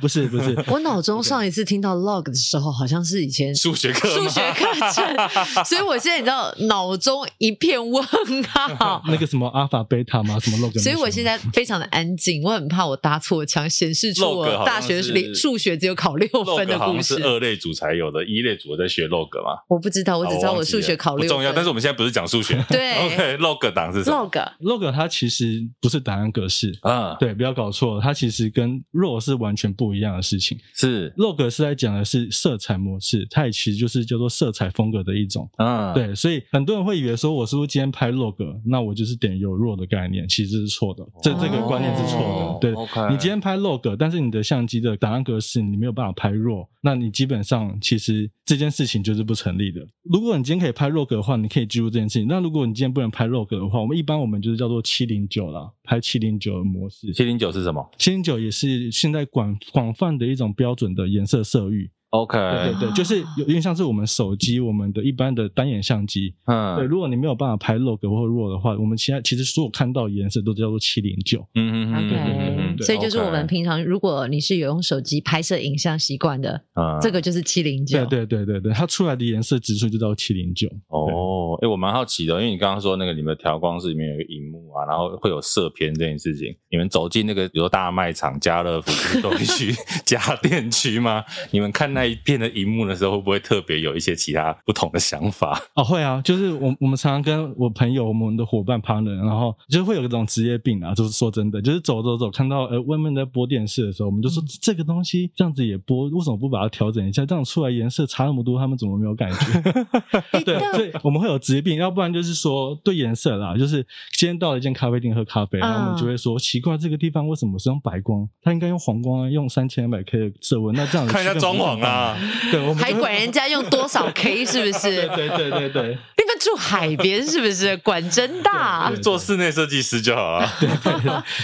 Speaker 7: 不是 不是，
Speaker 4: 我脑中上一次听到 log 的时候，好像是以前
Speaker 1: 数学课
Speaker 4: 数
Speaker 1: 吗，
Speaker 4: 学课程，所以我现在你知道脑中一片问 号。
Speaker 7: 那个什么阿法贝塔嘛，什么 log，
Speaker 4: 所以我现在非常的安静，我很怕我搭错枪，显示出
Speaker 1: log
Speaker 4: 我
Speaker 1: 好像
Speaker 4: 大学
Speaker 1: 是
Speaker 4: 里数学只有考六分
Speaker 1: log
Speaker 4: 的
Speaker 1: 好
Speaker 4: 故
Speaker 1: 像是
Speaker 4: 事。
Speaker 1: 二类组才有的，一类组在学 log 嘛。
Speaker 4: 我不知道，我只知
Speaker 1: 好
Speaker 4: 道我
Speaker 1: 哦忘记
Speaker 4: 数学
Speaker 1: 了
Speaker 4: 考
Speaker 1: 不
Speaker 4: 六分。
Speaker 1: 重要，但是我们现在不是讲数学。
Speaker 4: 对
Speaker 1: ，OK，log 档是什么？
Speaker 4: log
Speaker 7: log 它其实不是答案格式，
Speaker 1: 嗯，
Speaker 7: 对，不要搞错，它其实跟 raw 是完全不一样的事情。
Speaker 1: 是，
Speaker 7: log 是在讲的是色彩模式，它也其实就是叫做色彩风格的一种。
Speaker 1: 嗯，，
Speaker 7: 对，所以很多人会以为说，我是不是今天拍 log，那我就是点有 raw 的概念，其实是错的，这这个观念是错的。
Speaker 1: 哦
Speaker 7: 对
Speaker 1: OK
Speaker 7: 你今天拍 log，但是你的相机的档案格式你没有办法拍 raw，那你基本上其实这件事情就是不成立的。如果你今天可以拍 log 的话，你可以记录这件事情；那如果你今天不能拍 log 的话，我们一般我们就是叫做七零九啦，拍七零九的模式。
Speaker 1: 七零九是什么
Speaker 7: 七零九也是现在广广泛的一种标准的颜色色域。
Speaker 1: ？OK，
Speaker 7: 对对对，就是有有点像是我们手机、我们的一般的单眼相机。对，
Speaker 1: 嗯，
Speaker 7: 如果你没有办法拍 log 或 raw 的话，我们现在其实所有看到的颜色都叫做七零九。
Speaker 1: 嗯嗯嗯嗯嗯
Speaker 4: OK，
Speaker 1: 嗯，
Speaker 4: 所以就是我们
Speaker 1: OK，
Speaker 4: 平常，如果你是有用手机拍摄影像习惯的，
Speaker 1: 嗯
Speaker 4: 这个就是七零
Speaker 7: 对
Speaker 4: 九。
Speaker 7: 对对对对，它出来的颜色指数就到七零九。
Speaker 1: 哦，哎、我蛮好奇的，因为你刚刚说那个你们的调光室里面有一个荧幕啊，然后会有色偏这件事情。你们走进那个比如说大卖场、家乐福都会去 家电区吗？你们看那一片的荧幕的时候，会不会特别有一些其他不同的想法？
Speaker 7: 哦，会啊，就是我我们常常跟我朋友、我们的伙伴、partner，然后就会有一种职业病啊，就是说真的，就是走走走，看到呃外面在播电视的时候，我们就说这个东西这样子也播，为什么不把它调整一下？这样出来颜色差那么多，他们怎么没有感觉？ 对，所以我们会有职业病，要不然就是说对颜色啦，就是今天到了一间咖啡店喝咖
Speaker 4: 嗯
Speaker 7: 啡，然后我们就会说、奇怪，这个地方为什么是用白光？它应该用黄光啊，用三千两百 K 哦的色温，那这样子
Speaker 1: 看一下
Speaker 7: 区分
Speaker 1: 装
Speaker 7: 不
Speaker 1: 潢啊
Speaker 7: 到
Speaker 1: 啦，
Speaker 7: 对，我们就
Speaker 4: 还
Speaker 7: 会
Speaker 4: 管人家用多少 K 是不是？
Speaker 7: 对对对对对。
Speaker 4: 你们住海边是不是？管真大
Speaker 7: 对。对
Speaker 1: 做室内设计师就好 了。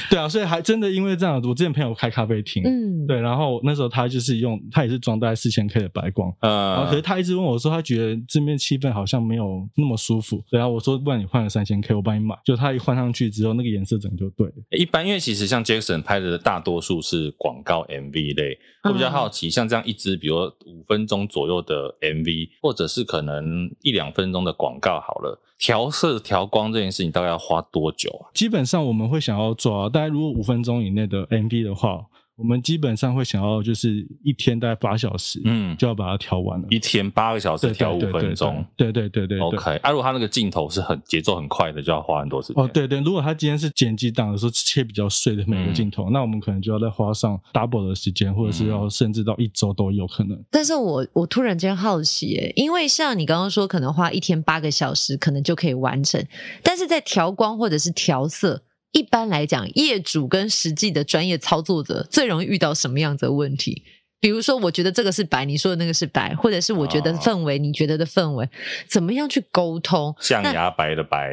Speaker 7: 对啊，所以还真的因为这样，我之前朋友开咖啡厅，
Speaker 4: 嗯，
Speaker 7: 对，然后那时候他就是用，他也是装大概四千 K 的白光。然哦后可是
Speaker 1: 呃，
Speaker 7: 他一直问我说，他觉得这边气氛好像没有那么舒服。然后我说，不然你换了三千 K，我帮你买。就他一换上去之后，那个颜色整个就对了。
Speaker 1: 一般因为其实像 Jackson 拍的大多数是广告 MV 类，我
Speaker 7: 嗯
Speaker 1: 比较好奇，像这样一支，比如五分钟左右的 MV，或者是可能一两分钟的广告好了，调色调光这件事情大概要花多久啊？
Speaker 7: 基本上我们会想要抓，大概如果五分钟以内的 MV 的话，我们基本上会想要就是一天大概八小时，
Speaker 1: 嗯，
Speaker 7: 就要把它调完了。
Speaker 1: 一天八个小时
Speaker 7: 对
Speaker 1: 调五分钟。，
Speaker 7: 对对对对对对对
Speaker 1: OK，啊，如果他那个镜头是很节奏很快的，就要花很多时间。
Speaker 7: 哦，，对对，如果他今天是剪辑档的时候切比较碎的每
Speaker 1: 嗯
Speaker 7: 个镜头，那我们可能就要再花上 double 的时间，或者是要甚至到一周都有可能。
Speaker 4: 但是我我突然间好奇耶，因为像你刚刚说，可能花一天八个小时，可能就可以完成，但是在调光或者是调色，一般来讲，业主跟实际的专业操作者最容易遇到什么样子的问题？比如说，我觉得这个是白，你说的那个是白，或者是我觉得
Speaker 1: 哦
Speaker 4: 氛围，你觉得的氛围，怎么样去沟通？
Speaker 1: 象牙白的 白，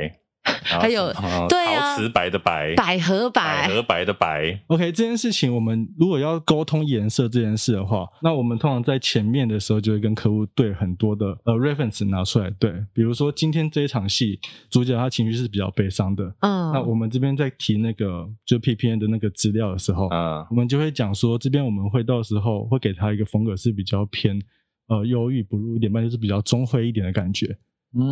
Speaker 1: 然后
Speaker 4: 还有
Speaker 1: 什么呃
Speaker 4: 对啊
Speaker 1: 哦陶瓷白的白，
Speaker 4: 百合
Speaker 1: 百
Speaker 4: 白，
Speaker 1: 合白的白，
Speaker 7: OK，这件事情我们如果要沟通颜色这件事的话，那我们通常在前面的时候就会跟客户对很多的呃 reference 拿出来对，比如说今天这一场戏主角他情绪是比较悲伤的，
Speaker 4: 嗯，
Speaker 7: 那我们这边在提那个就 PPN 的那个资料的时候，
Speaker 1: 嗯，
Speaker 7: 我们就会讲说，这边我们会到时候会给他一个风格是比较偏呃忧郁不入一点，半就是比较中灰一点的感觉。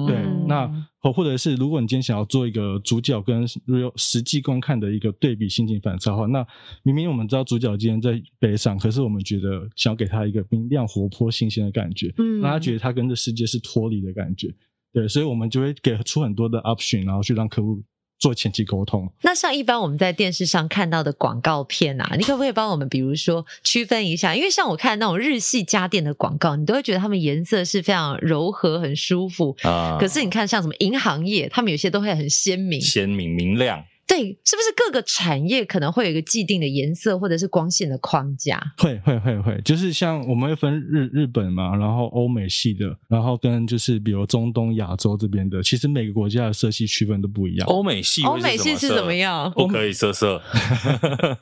Speaker 7: 对，
Speaker 4: 嗯
Speaker 7: 那或或者是如果你今天想要做一个主角跟 real 实际观看的一个对比心情反差的话，那明明我们知道主角今天在悲伤，可是我们觉得想要给他一个明亮、活泼、新鲜的感觉，
Speaker 4: 嗯
Speaker 7: 让他觉得他跟这世界是脱离的感觉。对，所以我们就会给出很多的 option，然后去让客户做前期沟通。
Speaker 4: 那像一般我们在电视上看到的广告片啊，你可不可以帮我们，比如说区分一下？因为像我看那种日系家电的广告，你都会觉得他们颜色是非常柔和、很舒服。
Speaker 1: 啊
Speaker 4: 可是你看，像什么银行业，他们有些都会很鲜明，
Speaker 1: 鲜明明亮。
Speaker 4: 对，是不是各个产业可能会有一个既定的颜色或者是光线的框架？
Speaker 7: 会会会会，就是像我们会分日日本嘛，然后欧美系的，然后跟就是比如中东、亚洲这边的，其实每个国家的色系区分都不一样。
Speaker 1: 欧美系会
Speaker 4: 欧哦美系是
Speaker 1: 什
Speaker 4: 怎么
Speaker 1: 色？
Speaker 4: 样？
Speaker 1: 不可以色色，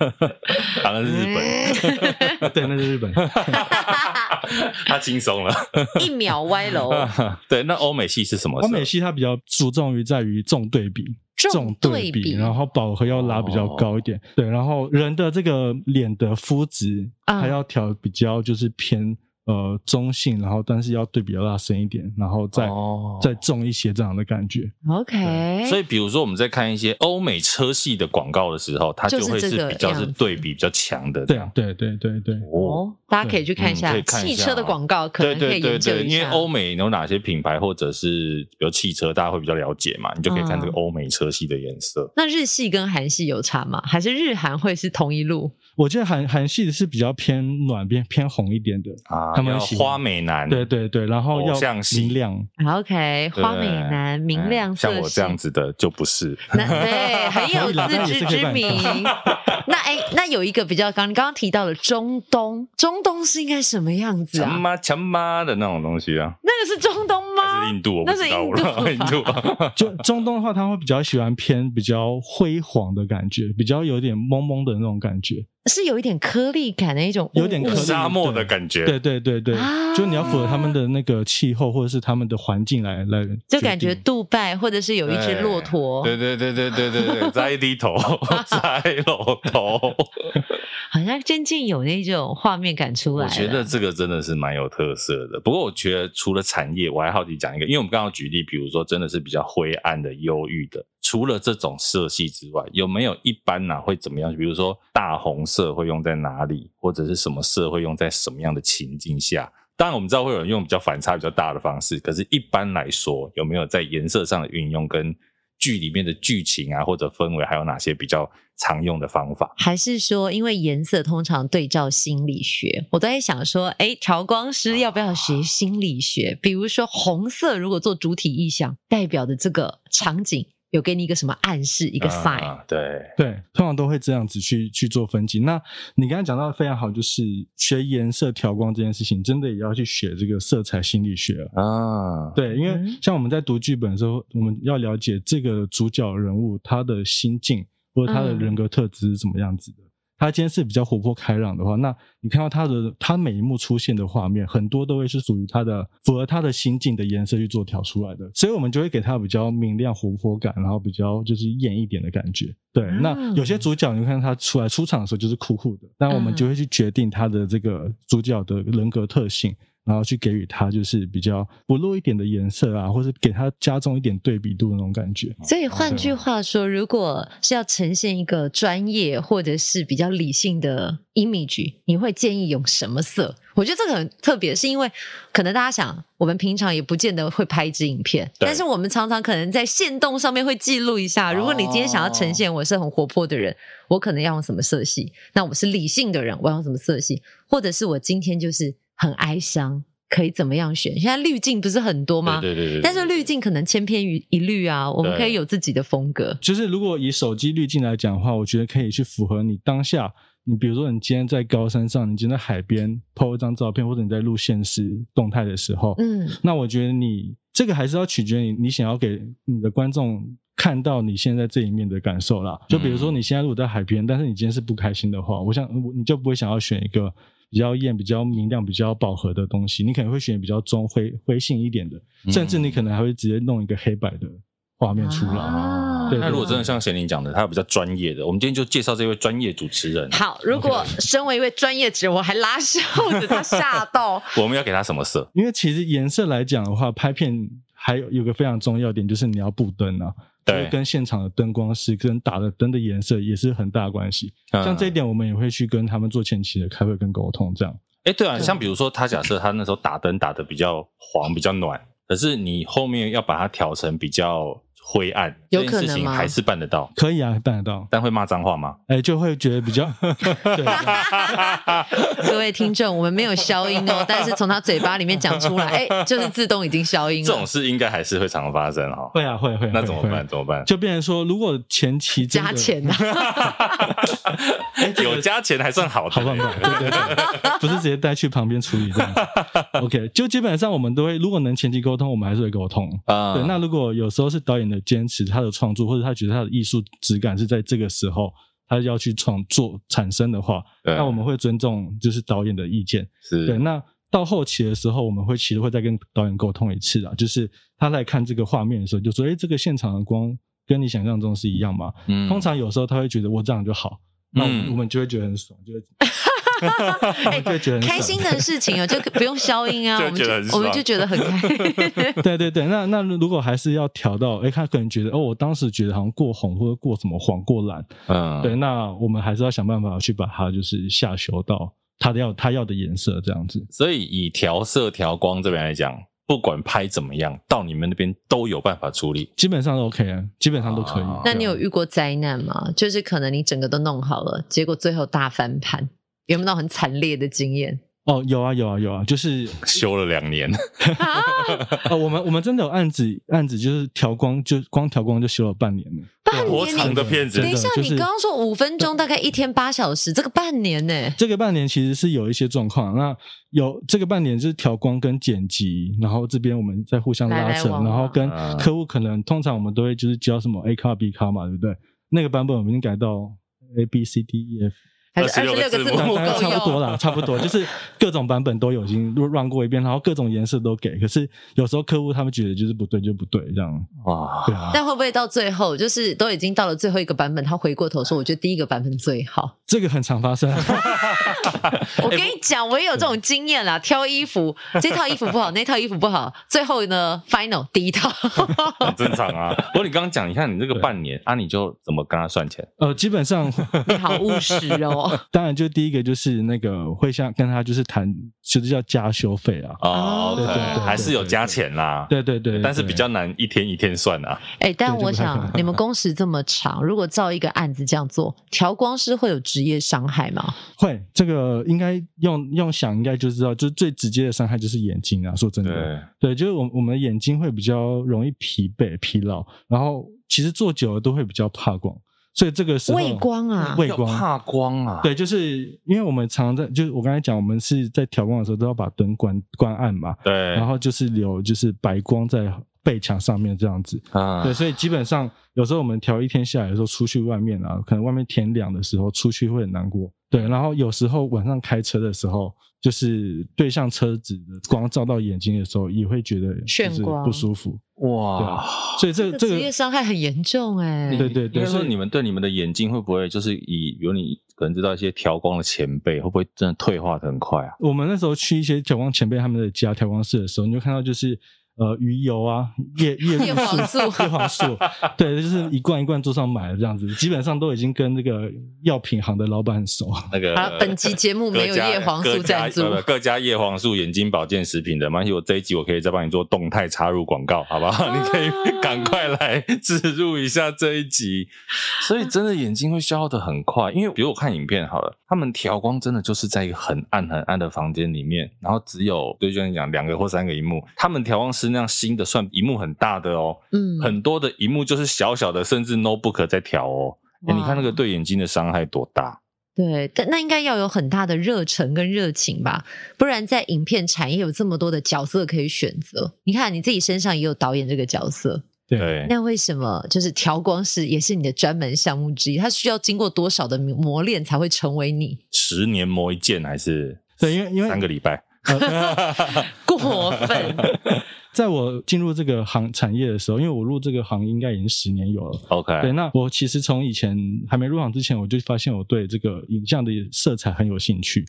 Speaker 1: 当然是日本，
Speaker 4: 嗯
Speaker 7: 对，那是日本。
Speaker 1: 他轻松了。
Speaker 4: 一秒歪楼，
Speaker 7: 哦
Speaker 1: 哦对，那欧美系是什么色？
Speaker 7: 欧美系它比较注重于在于重对比，
Speaker 4: 重
Speaker 7: 对
Speaker 4: 比，
Speaker 7: 然后饱和要拉比较高一点。对，然后人的这个脸的肤质，
Speaker 4: 啊
Speaker 7: 它要调比较就是偏呃中性，然后但是要对比要拉深一点，然后再、
Speaker 1: 哦
Speaker 7: 再重一些这样的感觉。
Speaker 4: OK，
Speaker 1: 所以，比如说我们在看一些欧美车系的广告的时候，它
Speaker 4: 就是
Speaker 1: 会
Speaker 4: 这
Speaker 1: 是
Speaker 4: 个
Speaker 1: 比较是
Speaker 4: 样子
Speaker 1: 对比比较强的这
Speaker 7: 对
Speaker 1: 样。
Speaker 7: 对对对对，
Speaker 1: 哦，
Speaker 4: 哦，大家可以去看一下
Speaker 1: 嗯可以看一
Speaker 4: 汽
Speaker 1: 下
Speaker 4: 车的广告，可
Speaker 1: 对
Speaker 4: 能可
Speaker 1: 对
Speaker 4: 以
Speaker 1: 对
Speaker 4: 研究
Speaker 1: 对，
Speaker 4: 一
Speaker 1: 因为
Speaker 4: 下。
Speaker 1: 欧美有哪些品牌或者是比如汽车，大家会比较了解嘛，你就可以看这个
Speaker 4: 嗯
Speaker 1: 欧美车系的颜色。
Speaker 4: 那日系跟韩系有差吗？还是日韩会是同一路？
Speaker 7: 我记得韩韩系的是比较偏暖偏偏红一点的，
Speaker 1: 啊，
Speaker 7: 他们
Speaker 1: 要
Speaker 7: 喜欢
Speaker 1: 花美男，
Speaker 7: 对对对，然后
Speaker 1: 嗯偶
Speaker 7: 要
Speaker 1: 像系
Speaker 7: 明亮，
Speaker 4: 啊 OK，
Speaker 1: 对，
Speaker 4: 花美男明亮
Speaker 1: 嗯
Speaker 4: 色系，
Speaker 1: 像我这样子的就不是。
Speaker 4: 那，对，很有
Speaker 7: 可以啦那
Speaker 4: 自知
Speaker 7: 也是可以
Speaker 4: 之
Speaker 7: 办
Speaker 4: 明。 那哎、那有一个比较刚刚刚提到的中东，中东是应该什么样子
Speaker 1: 强
Speaker 4: 啊？
Speaker 1: 妈强妈的那种东西啊，
Speaker 4: 那个是中东
Speaker 1: 还是
Speaker 4: 吗？
Speaker 1: 印度？我不
Speaker 4: 那是
Speaker 1: 知道，
Speaker 4: 印
Speaker 1: 我
Speaker 4: 度
Speaker 1: 不知道印 度。
Speaker 7: 就中东的话，他会比较喜欢偏比较辉煌的感觉，比较有点蒙蒙的那种感觉，
Speaker 4: 是有一点颗粒感的一种雾雾，
Speaker 7: 有点颗粒
Speaker 1: 沙漠的感觉，
Speaker 7: 对对对对，
Speaker 4: 啊
Speaker 7: 就你要符合他们的那个气候或者是他们的环境来来决定，
Speaker 4: 就感觉杜拜或者是有一只
Speaker 1: 对
Speaker 4: 骆驼，
Speaker 1: 对对对对对对 对，栽低头，栽老头。
Speaker 4: 好像真正有那种画面感出来
Speaker 1: 我
Speaker 4: 了。
Speaker 1: 觉得这个真的是蛮有特色的。不过我觉得除了产业，我还好奇讲一个，因为我们刚刚举例，比如说真的是比较灰暗的、忧郁的，除了这种色系之外，有没有一般呢、会怎么样？比如说大红色会用在哪里，或者是什么色会用在什么样的情境下？当然，我们知道会有人用比较反差比较大的方式，可是一般来说，有没有在颜色上的运用跟剧里面的剧情啊，或者氛围，还有哪些比较常用的方法？
Speaker 4: 还是说，因为颜色通常对照心理学，我都在想说，哎，调光师要不要学心理学？比如说红色，如果做主体意象，代表的这个场景有给你一个什么暗示，一
Speaker 1: 一
Speaker 4: 个 sign？、
Speaker 1: 啊对，
Speaker 7: 对，通常都会这样子去去做分级。那你刚才讲到的非常好，就是学颜色调光这件事情，真的也要去学这个色彩心理学啊。
Speaker 1: 啊，
Speaker 7: 对，因
Speaker 4: 嗯
Speaker 7: 为像我们在读剧本的时候，我们要了解这个主角人物他的心境或者他的
Speaker 4: 嗯
Speaker 7: 人格特质是怎么样子的。他今天是比较活泼开朗的话，那你看到他的他每一幕出现的画面，很多都会是属于他的符合他的心境的颜色去做调出来的，所以我们就会给他比较明亮活泼感，然后比较就是艳一点的感觉。对，
Speaker 4: 嗯
Speaker 7: 那有些主角你看他出来出场的时候就是酷酷的，那我们就会去决定他的这个主角的人格特性。然后去给予他就是比较不露一点的颜色啊，或是给他加重一点对比度的那种感觉。
Speaker 4: 所以换句话说，如果是要呈现一个专业或者是比较理性的 image，你会建议用什么色？我觉得这个很特别，是因为可能大家想，我们平常也不见得会拍一支影片，
Speaker 1: 对
Speaker 4: 但是我们常常可能在线动上面会记录一下。如果你今天想要呈现我是很活泼的人，我可能要用什么色系？那我是理性的人，我要用什么色系？或者是我今天就是很哀伤，可以怎么样选？现在滤镜不是很多吗？
Speaker 1: 对对对对，
Speaker 4: 但是滤镜可能千篇一律啊，我们可以有自己的风格。
Speaker 7: 就是如果以手机滤镜来讲的话，我觉得可以去符合你当下。你比如说，你今天在高山上，你今天在海边拍一张照片，或者你在录现实动态的时候，
Speaker 4: 嗯，
Speaker 7: 那我觉得你这个还是要取决于你想要给你的观众看到你现在这一面的感受啦。就比如说你现在如果在海边，但是你今天是不开心的话，我想我你就不会想要选一个比较艳、比较明亮、比较饱和的东西，你可能会选比较中灰灰性一点的，甚至你可能还会直接弄一个黑白的画面出来。
Speaker 4: 啊
Speaker 7: 对
Speaker 1: 那如果真的像贤玲讲的，他比较专业的，我们今天就介绍这位专业主持人，
Speaker 4: 好，如果身为一位专业者，我还拉袖子，他吓到。
Speaker 1: 我们要给他什么色？
Speaker 7: 因为其实颜色来讲的话，拍片还有有个非常重要点，就是你要布灯啊，
Speaker 1: 对
Speaker 7: 就是跟现场的灯光师跟打的灯的颜色也是很大的关系。
Speaker 1: 嗯
Speaker 7: 像这一点，我们也会去跟他们做前期的开会跟沟通，这样。
Speaker 1: 哎，对啊，像比如说他假设他那时候打灯打的比较黄、比较暖，可是你后面要把它调成比较灰暗，
Speaker 4: 有
Speaker 1: 这
Speaker 4: 可能吗
Speaker 1: 件事情还是办得到，
Speaker 7: 可以啊，办得到。
Speaker 1: 但会骂脏话吗？
Speaker 7: 哎、就会觉得比较 对，
Speaker 4: 各位听众，我们没有消音哦，但是从他嘴巴里面讲出来，哎、就是自动已经消音
Speaker 1: 这
Speaker 4: 了。
Speaker 1: 种事应该还是会常发生哈。
Speaker 7: 会啊，会会。
Speaker 1: 那
Speaker 7: 会
Speaker 1: 怎么
Speaker 7: 会
Speaker 1: 办？怎么 办？
Speaker 7: 就变成说，如果前期真的
Speaker 4: 加钱啊，
Speaker 1: 有加钱还算好的，
Speaker 7: 哎 好棒棒，对对对，不是直接带去旁边处理这样子。OK，就基本上我们都会，如果能前期沟通，我们还是会沟通。
Speaker 1: 啊
Speaker 7: 对，那如果有时候是导演的坚持，他的创作或者他觉得他的艺术质感是在这个时候他要去创作产生的话，
Speaker 1: 对
Speaker 7: 那我们会尊重就是导演的意见。
Speaker 1: 是
Speaker 7: 对，那到后期的时候，我们会其实会再跟导演沟通一次啊，就是他来看这个画面的时候，就说：“诶，这个现场的光。”跟你想象中是一样吗？
Speaker 1: 嗯
Speaker 7: 通常有时候他会觉得我这样就好，那我们,、
Speaker 1: 嗯
Speaker 7: 我们就会觉得很爽， 就会
Speaker 4: 哎
Speaker 7: 我们就会觉得很爽
Speaker 4: 开心的事情哦，就不用消音啊，
Speaker 8: 就
Speaker 4: 我们
Speaker 8: 觉得很
Speaker 4: 就
Speaker 8: 爽
Speaker 4: 我们就觉得很 开
Speaker 7: 对对对，那那如果还是要调到，哎、他可能觉得哦，我当时觉得好像过红或者过什么黄过蓝，
Speaker 1: 嗯，
Speaker 7: 对，，那我们还是要想办法去把它就是下修到他的要他要的颜色这样子。
Speaker 1: 所以以调色调光这边来讲，不管拍怎么样，到你们那边都有办法处理。
Speaker 7: 基本上都 OK 啊，基本上都可以。
Speaker 1: 啊
Speaker 4: 那你有遇过灾难吗？就是可能你整个都弄好了，结果最后大翻盘，有没有那种很惨烈的经验？
Speaker 7: 哦，有啊，有啊，有啊，就是
Speaker 1: 修了两年，
Speaker 4: 啊，
Speaker 7: 哦，我们我们真的有案子，案子就是调光，就光调光就修了半年了。
Speaker 4: 半
Speaker 8: 多
Speaker 4: 年
Speaker 8: 长
Speaker 4: 你
Speaker 8: 的片子
Speaker 7: 真
Speaker 4: 等
Speaker 7: 对的
Speaker 4: 一下，
Speaker 7: 就
Speaker 4: 你
Speaker 7: 是
Speaker 4: 刚刚说五分钟，大概一天八小时，这个半年呢、
Speaker 7: 这个半年其实是有一些状况，那有这个半年就是调光跟剪辑，然后这边我们在互相
Speaker 4: 来
Speaker 7: 拉
Speaker 4: 来
Speaker 7: 扯，
Speaker 4: 往
Speaker 7: 然后
Speaker 4: 往
Speaker 7: 跟
Speaker 1: 啊
Speaker 7: 客户可能通常我们都会就是教什么 A 卡 B 卡嘛，对不对？那个版本我们已经改到 A B C D E F，
Speaker 4: 还是二十
Speaker 8: 26
Speaker 4: 六个
Speaker 8: 个
Speaker 4: 字
Speaker 8: 字
Speaker 4: 母
Speaker 8: 母
Speaker 4: 不
Speaker 7: 大概
Speaker 4: 够
Speaker 7: 差不多
Speaker 4: 用？
Speaker 7: 啦，差不多，就是各种版本都有已经 run 过一遍，然后各种颜色都给，可是有时候客户他们觉得就是不对就不对这样，
Speaker 1: 哇，
Speaker 7: 对啊。
Speaker 4: 但会不会到最后，就是都已经到了最后一个版本，他回过头说：“我觉得第一个版本最好。
Speaker 7: 这个很常发生。
Speaker 4: 我跟你讲，我也有这种经验 啦。挑衣服，这套衣服不好，那套衣服不好，最后呢，final 第一套。
Speaker 1: 很正常啊。不过你刚刚讲，你看你这个半年啊，你就怎么跟他算钱？
Speaker 7: 呃，基本上
Speaker 4: 你好务实哦。
Speaker 7: 当然就第一个就是那个会像跟他就是谈，就是叫加修费啊。
Speaker 1: 哦
Speaker 4: 哦
Speaker 1: ，OK，
Speaker 4: 对对对对
Speaker 1: 还是有加钱啦。
Speaker 7: 对对对，对
Speaker 1: 但是比较难一天一天算啊。
Speaker 4: 哎、但
Speaker 7: 对
Speaker 4: 我
Speaker 7: 就不太可
Speaker 4: 想
Speaker 7: 能
Speaker 4: 你们工时这么长，如果照一个案子这样做，调光师会有职业伤害吗？
Speaker 7: 会这个应该用用想应该就知道，就是最直接的伤害就是眼睛啊。说真的，
Speaker 1: 嗯对，
Speaker 7: 对，就是我们我们的眼睛会比较容易疲惫、疲劳，然后其实坐久了都会比较怕光，所以这个时候
Speaker 4: 畏光啊
Speaker 7: 畏
Speaker 1: 要
Speaker 7: 光
Speaker 1: 怕光啊。
Speaker 7: 对，就是因为我们常在，就是我刚才讲，我们是在调光的时候都要把灯关关暗嘛，
Speaker 1: 对，
Speaker 7: 然后就是留就是白光在背墙上面这样子，
Speaker 1: 啊
Speaker 7: 对，所以基本上有时候我们调一天下来的时候，出去外面啊，可能外面天亮的时候出去会很难过。对，然后有时候晚上开车的时候，就是对向车子的光照到眼睛的时候，也会觉得
Speaker 4: 眩
Speaker 7: 就是
Speaker 4: 光
Speaker 7: 不舒服。对啊
Speaker 1: 哇，
Speaker 7: 所以这
Speaker 4: 这
Speaker 7: 这
Speaker 4: 职业
Speaker 7: 个
Speaker 4: 伤害很严重哎、
Speaker 7: 对对对，
Speaker 1: 所
Speaker 7: 所
Speaker 1: 以
Speaker 7: 以
Speaker 1: 你们对你们的眼睛会不会就是以，比如你可能知道一些调光的前辈，会不会真的退化的很快啊？
Speaker 7: 我们那时候去一些调光前辈他们的家调光室的时候，你就看到就是呃鱼油啊、 叶叶绿
Speaker 4: 叶黄素
Speaker 7: 叶黄 素，对，就是一罐一罐桌上买的这样子，基本上都已经跟那个药品行的老板很熟。
Speaker 1: 那个
Speaker 4: 好了本集节目没有
Speaker 1: 各呃家
Speaker 4: 叶黄素赞助
Speaker 1: 各家不不各家叶黄素眼睛保健食品的，没关系，我这一集我可以再帮你做动态插入广告，好不好？ 你可
Speaker 4: 啊
Speaker 1: 以赶快来植入一下这一集。所以真的眼睛会消耗的很快，因为比如我看影片好了，他们调光真的就是在一个很暗很暗的房间里面，然后只有对就像你讲两个或三个荧幕，他们调光师那样新的算荧幕很大的哦，
Speaker 4: 嗯
Speaker 1: 很多的荧幕就是小小的，甚至 notebook 在调哦。哎
Speaker 4: 哇
Speaker 1: 你看那个对眼睛的伤害多大？
Speaker 4: 对，但那应该要有很大的热忱跟热情吧，不然在影片产业有这么多的角色可以选择。你看你自己身上也有导演这个角色，
Speaker 1: 对，
Speaker 4: 那为什么就是调光师也是你的专门项目之一？它需要经过多少的磨练才会成为你？
Speaker 1: 十年磨一剑还是
Speaker 7: 对，因为因为
Speaker 1: 三个礼拜？
Speaker 4: 过 分，
Speaker 7: 在我进入这个行产业的时候，因为我入这个行应该已经十年有了。
Speaker 1: OK，
Speaker 7: 对，那我其实从以前还没入行之前，我就发现我对这个影像的色彩很有兴趣。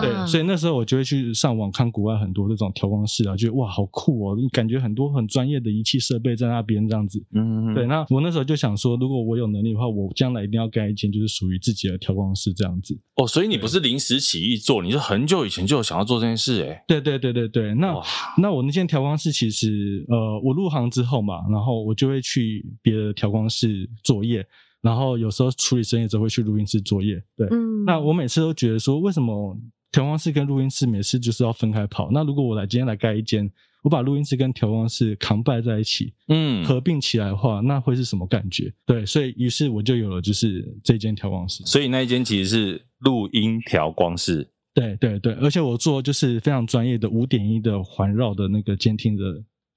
Speaker 1: 嗯，
Speaker 7: 对，所以那时候我就会去上网看国外很多这种调光室啊，觉得哇好酷哦，感觉很多很专业的仪器设备在那边这样子。
Speaker 1: 嗯，
Speaker 7: 对，，那我那时候就想说，如果我有能力的话，我将来一定要盖一间就是属于自己的调光室这样子。
Speaker 1: 哦，所以你不是临时起意做，你是很久以前就有想要做这件事、欸，
Speaker 7: 对对对对对，那
Speaker 1: 哇
Speaker 7: 那我那间调光室其实，呃，我入行之后嘛，然后我就会去别的调光室作业，然后有时候处理生意之后会去录音室作业。对，
Speaker 4: 嗯
Speaker 7: 那我每次都觉得说，为什么调光室跟录音室每次就是要分开跑？那如果我来今天来盖一间，我把录音室跟调光室扛拜在一起，
Speaker 1: 嗯，
Speaker 7: 合并起来的话，那会是什么感觉？对，所以于是我就有了就是这间调光室。
Speaker 1: 所以那一间其实是录音调光室，
Speaker 7: 对对对，而且我做就是非常专业的五点一的环绕的那个监听的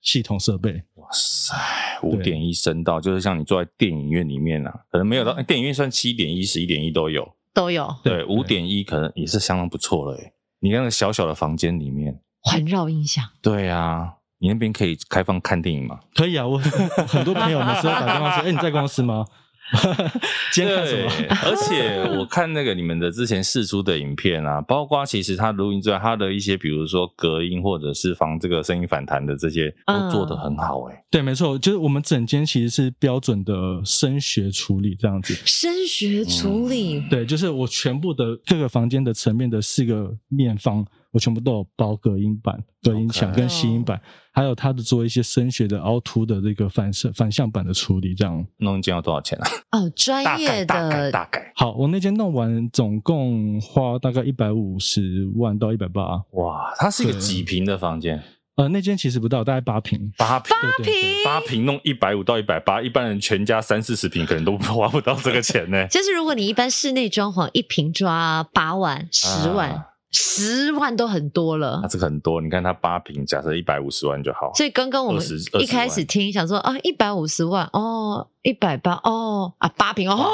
Speaker 7: 系统设备。
Speaker 1: 哇塞，五点一声道，就是像你坐在电影院里面啊，可能没有到、哎电影院算七点一、十一点一都有，
Speaker 4: 都有
Speaker 1: 对，五点一可能也是相当不错了、欸，你那个小小的房间里面，
Speaker 4: 环绕音响。
Speaker 1: 对啊，你那边可以开放看电影吗？
Speaker 7: 可以啊，我很多朋友每次都打电话说：“哎、你在公司吗？ 今天看什么？”，
Speaker 1: 而且我看那个你们的之前试出的影片啊， 包括其实它录音之外，它的一些比如说隔音或者是防这个声音反弹的这些，都做得很好
Speaker 4: 嗯
Speaker 1: 哎、
Speaker 7: 对，没错，就是我们整间其实是标准的声学处理这样子。
Speaker 4: 声学处
Speaker 1: 嗯
Speaker 4: 理，
Speaker 7: 对，就是我全部的各个房间的层面的四个面方，我全部都有包隔音板、隔音墙
Speaker 1: OK
Speaker 7: 跟吸音板还有它的做一些声学的凹凸的这个反射反向板的处理。这样，
Speaker 1: 弄一间要多少钱啊？
Speaker 4: 哦，专业
Speaker 1: 大概
Speaker 4: 的
Speaker 1: 大概
Speaker 7: 好，我那间弄完总共花大概一百五十万到一百八，
Speaker 1: 哇，它是一个
Speaker 7: 对
Speaker 1: 几平的房间，
Speaker 7: 呃，那间其实不到，大概八平。
Speaker 1: 八平。
Speaker 7: 对对对，
Speaker 1: 八平弄一百五到一百八，一般人全家三四十平可能都花不到这个钱呢、
Speaker 4: 就是如果你一般室内装潢一瓶抓八万、十万
Speaker 1: 啊、
Speaker 4: 十、万都很多了
Speaker 1: 那、。啊这个很多，你看它八平，假设一百五十万就好。
Speaker 4: 所以刚刚我们
Speaker 1: 20 20
Speaker 4: 一开始听想说啊，一百五十万哦，一百八哦啊，八平
Speaker 1: 八平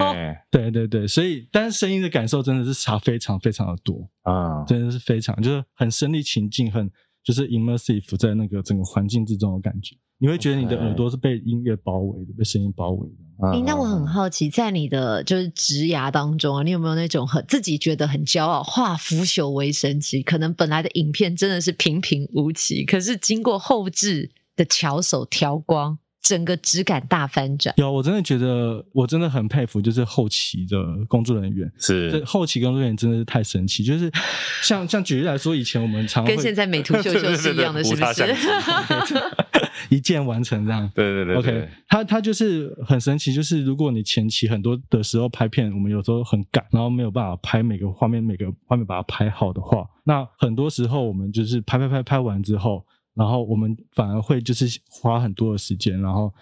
Speaker 4: 哦，
Speaker 1: 哎、
Speaker 7: 对对对，所以但是声音的感受真的是差非常非常的多。
Speaker 1: 啊、
Speaker 7: 真的是非常，就是很身临情境，很就是 immersive 在那个整个环境之中的感觉。你会觉得你的
Speaker 1: OK
Speaker 7: 耳朵是被音乐包围的，被声音包围的。
Speaker 1: 嗯
Speaker 4: 哎诶那我很好奇，在你的就是职涯当中啊，你有没有那种很自己觉得很骄傲，化腐朽为神奇？可能本来的影片真的是平平无奇，可是经过后置的巧手调光，整个质感大翻转。
Speaker 7: 有，我真的觉得，我真的很佩服，就是后期的工作人员，这
Speaker 1: 是
Speaker 7: 后期工作人员真的是太神奇。就是像像举例来说，以前我们常 会
Speaker 4: 跟现在美图秀秀是一样的，是
Speaker 1: 对对
Speaker 4: 不
Speaker 1: 对对无他
Speaker 4: 是？
Speaker 7: 一键完成这样。
Speaker 1: 对对对
Speaker 7: OK，它它就是很神奇，就是如果你前期很多的时候拍片，我们有时候很赶，然后没有办法拍每个画面，每个画面把它拍好的话，那很多时候我们就是拍拍拍拍完之后，然后我们反而会就是花很多的时间，然后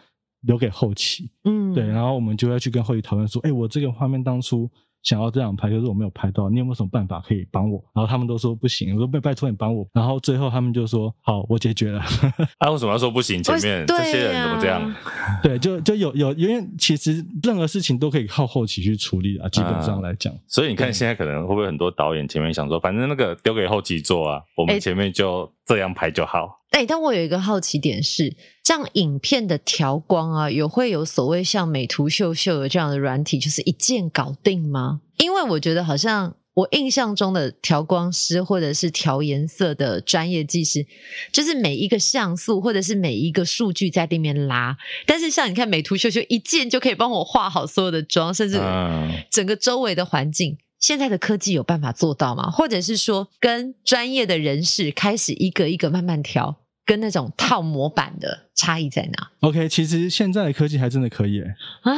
Speaker 7: 留给后期，
Speaker 4: 嗯，
Speaker 1: 啊
Speaker 7: 对，然后我们就要去跟后期讨论说，哎、我这个画面当初。想要这样拍，可是我没有拍到，你有没有什么办法可以帮我？然后他们都说不行，我说拜拜托你帮我。然后最后他们就说好，我解决了。
Speaker 1: 啊，为什么要说不行？前面这
Speaker 4: 对啊
Speaker 1: 些人怎么这样？
Speaker 7: 对，就就有有，因为其实任何事情都可以靠后期去处理啊，基本
Speaker 1: 嗯
Speaker 7: 上来讲。
Speaker 1: 所以你看，现在可能会不会很多导演前面想说，反正那个丢给后期做啊，我们
Speaker 4: 哎
Speaker 1: 前面就这样拍就好。
Speaker 4: 哎、但我有一个好奇点是，这样影片的调光啊，有会有所谓像美图秀秀有这样的软体，就是一键搞定吗？因为我觉得好像我印象中的调光师或者是调颜色的专业技师，就是每一个像素或者是每一个数据在地面拉，但是像你看美图秀秀一键就可以帮我画好所有的妆，甚至
Speaker 1: 嗯
Speaker 4: 整个周围的环境。现在的科技有办法做到吗？或者是说，跟专业的人士开始一个一个慢慢调，跟那种套模板的差异在哪
Speaker 7: OK，其实现在的科技还真的可以耶、
Speaker 4: 啊？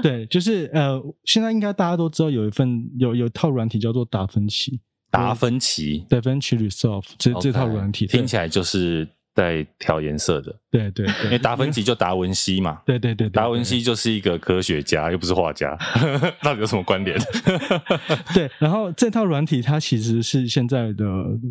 Speaker 7: 对，就是呃，现在应该大家都知道有一份有有一套软体叫做达芬奇
Speaker 1: 达芬奇
Speaker 7: ，DaVinci Resolve 这这套
Speaker 1: OK，
Speaker 7: 软体，
Speaker 1: 听起来就是在调颜色的，
Speaker 7: 对对
Speaker 1: 因
Speaker 7: 对
Speaker 1: 为达芬奇就达文西嘛。
Speaker 7: 对对对，
Speaker 1: 达文西就是一个科学家，又不是画家， 到底有什么关联？
Speaker 7: 对，然后这套软体它其实是现在的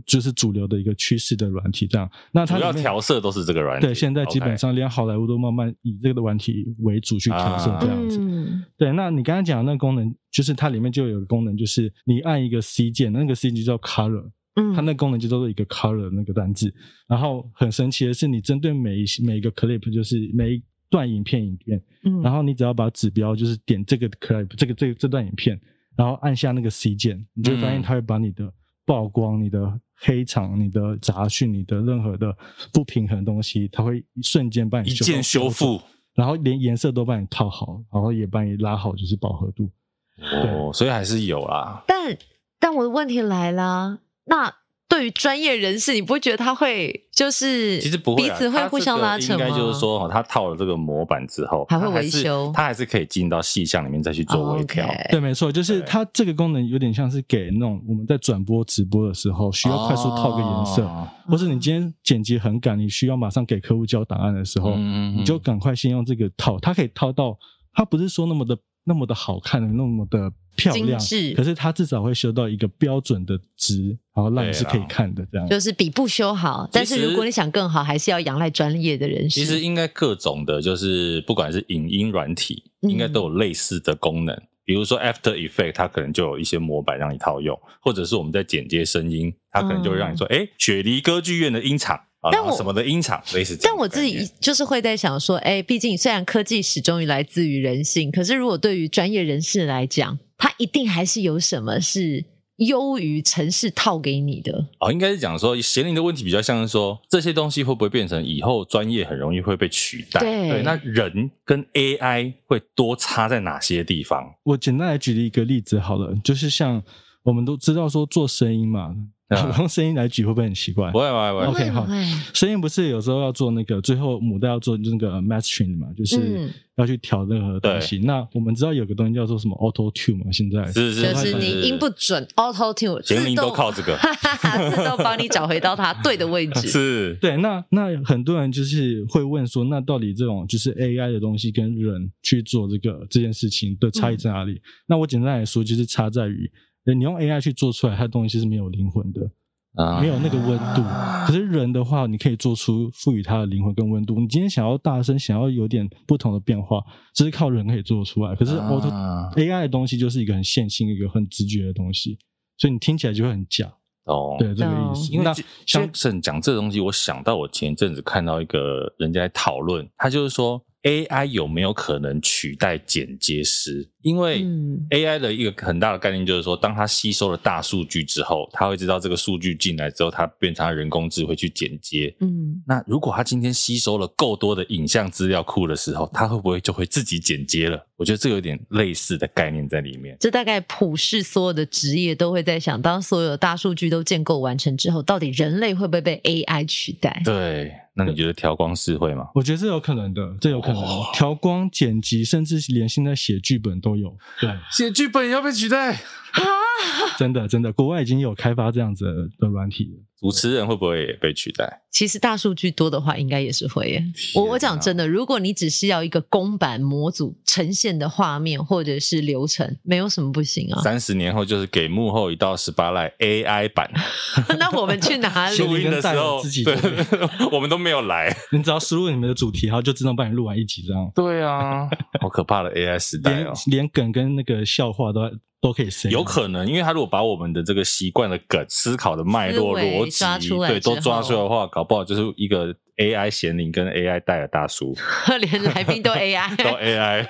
Speaker 7: 就是主流的一个趋势的软体，这样。那它
Speaker 1: 主
Speaker 7: 里
Speaker 1: 要
Speaker 7: 面
Speaker 1: 调色都是这个软体。
Speaker 7: 对，现在基本
Speaker 1: OK
Speaker 7: 上连好莱坞都慢慢以这个软体为主去调
Speaker 1: 啊
Speaker 7: 色这样子。
Speaker 4: 嗯，
Speaker 7: 对，那你刚刚讲的那个功能，就是它里面就有个功能，就是你按一个 C 键，那个 C 就叫 color，
Speaker 4: 嗯
Speaker 7: 它那功能就叫做一个 color 那个单字。然后很神奇的是，你针对每一每一个 clip，就是每一段影片影片，
Speaker 4: 嗯
Speaker 7: 然后你只要把指标就是点这个 clip 这个这个这段影片，然后按下那个 C 键，你就会发现
Speaker 1: 嗯
Speaker 7: 它会把你的曝光、你的黑场、你的杂讯、你的任何的不平衡的东西，它会一瞬间帮你
Speaker 1: 一键修复
Speaker 7: 然后连颜色都帮你套好，然后也帮你拉好，就是饱和度。
Speaker 1: 哦，所以还是有啦。
Speaker 4: 但但我的问题来啦，那对于专业人士，你不会觉得他会就是
Speaker 1: 其实不会
Speaker 4: 彼
Speaker 1: 啊，
Speaker 4: 此会互相拉扯
Speaker 1: 它这个
Speaker 4: 吗？
Speaker 1: 应该就是说，哦他套了这个模板之后，
Speaker 4: 还会
Speaker 1: 它是
Speaker 4: 维修
Speaker 1: 它还是可以进到细项里面再去做微调。
Speaker 4: 哦，OK
Speaker 7: 对，没错，就是
Speaker 1: 对
Speaker 7: 它这个功能有点像是给那种我们在转播直播的时候需要快速套个颜色，
Speaker 1: 哦
Speaker 7: 或是你今天剪辑很赶，你需要马上给客户交档案的时候，
Speaker 1: 嗯
Speaker 7: 你就赶快先用这个套，它可以套到，它不是说那么的那么的好看，那么的漂
Speaker 4: 精
Speaker 7: 亮
Speaker 4: 致，
Speaker 7: 可是它至少会修到一个标准的值，然后让你是可以看的这样。
Speaker 4: 就是比不修好，但是如果你想更好，还是要仰赖专业的人士。
Speaker 1: 其实应该各种的，就是不管是影音软体，
Speaker 4: 嗯
Speaker 1: 应该都有类似的功能。比如说 After Effect，它可能就有一些模板让你套用，或者是我们在剪接声音，它可能就会让你说，哎、雪梨歌剧院的音场啊，
Speaker 4: 嗯但
Speaker 1: 然后
Speaker 4: 我
Speaker 1: 什么的音场类似这样的概念。
Speaker 4: 但我自己就是会在想说，哎，毕竟虽然科技始终于来自于人性，可是如果对于专业人士来讲，他一定还是有什么是优于城市套给你的。
Speaker 1: 哦，应该是讲说咸宁的问题比较像是说这些东西会不会变成以后专业很容易会被取代？
Speaker 4: 对
Speaker 1: 那人跟 AI 会多差在哪些地方？
Speaker 7: 我简单来举例一个例子好了，就是像我们都知道说做声音 嘛，
Speaker 1: 啊
Speaker 7: 我用声音来举会不会很奇怪
Speaker 1: 不？会不
Speaker 4: 哦
Speaker 1: 会不会，
Speaker 7: OK，好
Speaker 4: 不会
Speaker 7: 声音不是有时候要做那个最后母带要做那个 mastering 嘛，就是
Speaker 4: 嗯
Speaker 7: 要去调任何东西。那我们知道有个东西叫做什么 Auto Tune 嘛，现在
Speaker 1: 是是
Speaker 4: 嗯就是你音不准，Auto Tune
Speaker 1: 咸
Speaker 4: 自
Speaker 1: 宁
Speaker 4: 动
Speaker 1: 都靠这 个，
Speaker 4: 自动帮你找回到它对的位置。
Speaker 1: 是
Speaker 7: 对，那那很多人就是会问说，那到底这种就是 AI 的东西跟人去做这个这件事情的差异在哪里？那我简单来说，就是差在于呃你用 AI 去做出来，它的东西是没有灵魂的，
Speaker 1: 啊
Speaker 7: 没有那个温度。可是人的话，你可以做出赋予它的灵魂跟温度。你今天想要大声，想要有点不同的变化，这是靠人可以做出来。可是 auto、
Speaker 1: 啊
Speaker 7: AI 的东西就是一个很线性、一个很直觉的东西，所以你听起来就会很假。
Speaker 1: 懂
Speaker 7: 对，这个意思。
Speaker 1: 哦因为
Speaker 7: 那
Speaker 1: J-
Speaker 7: 像
Speaker 1: Jackson 讲这东西，我想到我前一阵子看到一个人家在讨论，他就是说 AI 有没有可能取代剪接师？因为
Speaker 4: 嗯
Speaker 1: AI 的一个很大的概念就是说，当它吸收了大数据之后，它会知道这个数据进来之后，它变成它人工智慧去剪接。
Speaker 4: 嗯，
Speaker 1: 那如果它今天吸收了够多的影像资料库的时候，它会不会就会自己剪接了？我觉得这有点类似的概念在里面。
Speaker 4: 这大概普世所有的职业都会在想，当所有大数据都建构完成之后，到底人类会不会被 AI 取
Speaker 1: 嗯
Speaker 4: 代？
Speaker 1: 对，那你觉得调光师会吗？
Speaker 7: 我觉得这有可能的，这有可能
Speaker 1: 哦
Speaker 7: 调光、剪辑，甚至连现在写剧本都有。对，
Speaker 1: 写剧本也要被取代？
Speaker 7: 真的真的，国外已经有开发这样子的的软体了。
Speaker 1: 主持人会不会也被取代？
Speaker 4: 其实大数据多的话，应该也是会耶。
Speaker 1: 天
Speaker 4: 我
Speaker 1: 哪
Speaker 4: 我讲真的，如果你只是要一个公版模组呈现的画面或者是流程，没有什么不行啊。
Speaker 1: 三十年后就是给幕后一道十八赖 AI 版，
Speaker 4: 那我们去 哪里？
Speaker 1: 录音的时候
Speaker 7: 自己
Speaker 1: 对
Speaker 7: 做，
Speaker 1: 我们都没有来。
Speaker 7: 你只要输入你们的主题，然后就自动帮你录完一集这样。
Speaker 1: 对啊，好可怕的 AI 时代
Speaker 7: 连
Speaker 1: 哦。
Speaker 7: 连梗跟那个笑话都都可以 say，啊
Speaker 1: 有可能，因为他如果把我们的这个习惯的梗、思考的脉络、
Speaker 4: 思维
Speaker 1: 逻辑
Speaker 4: 抓，出来
Speaker 1: 对，
Speaker 4: 之后
Speaker 1: 都抓出来的话，搞不好就是一个 AI 贤灵跟 AI 戴尔大 叔
Speaker 4: 连来宾都 AI，
Speaker 1: 都 AI，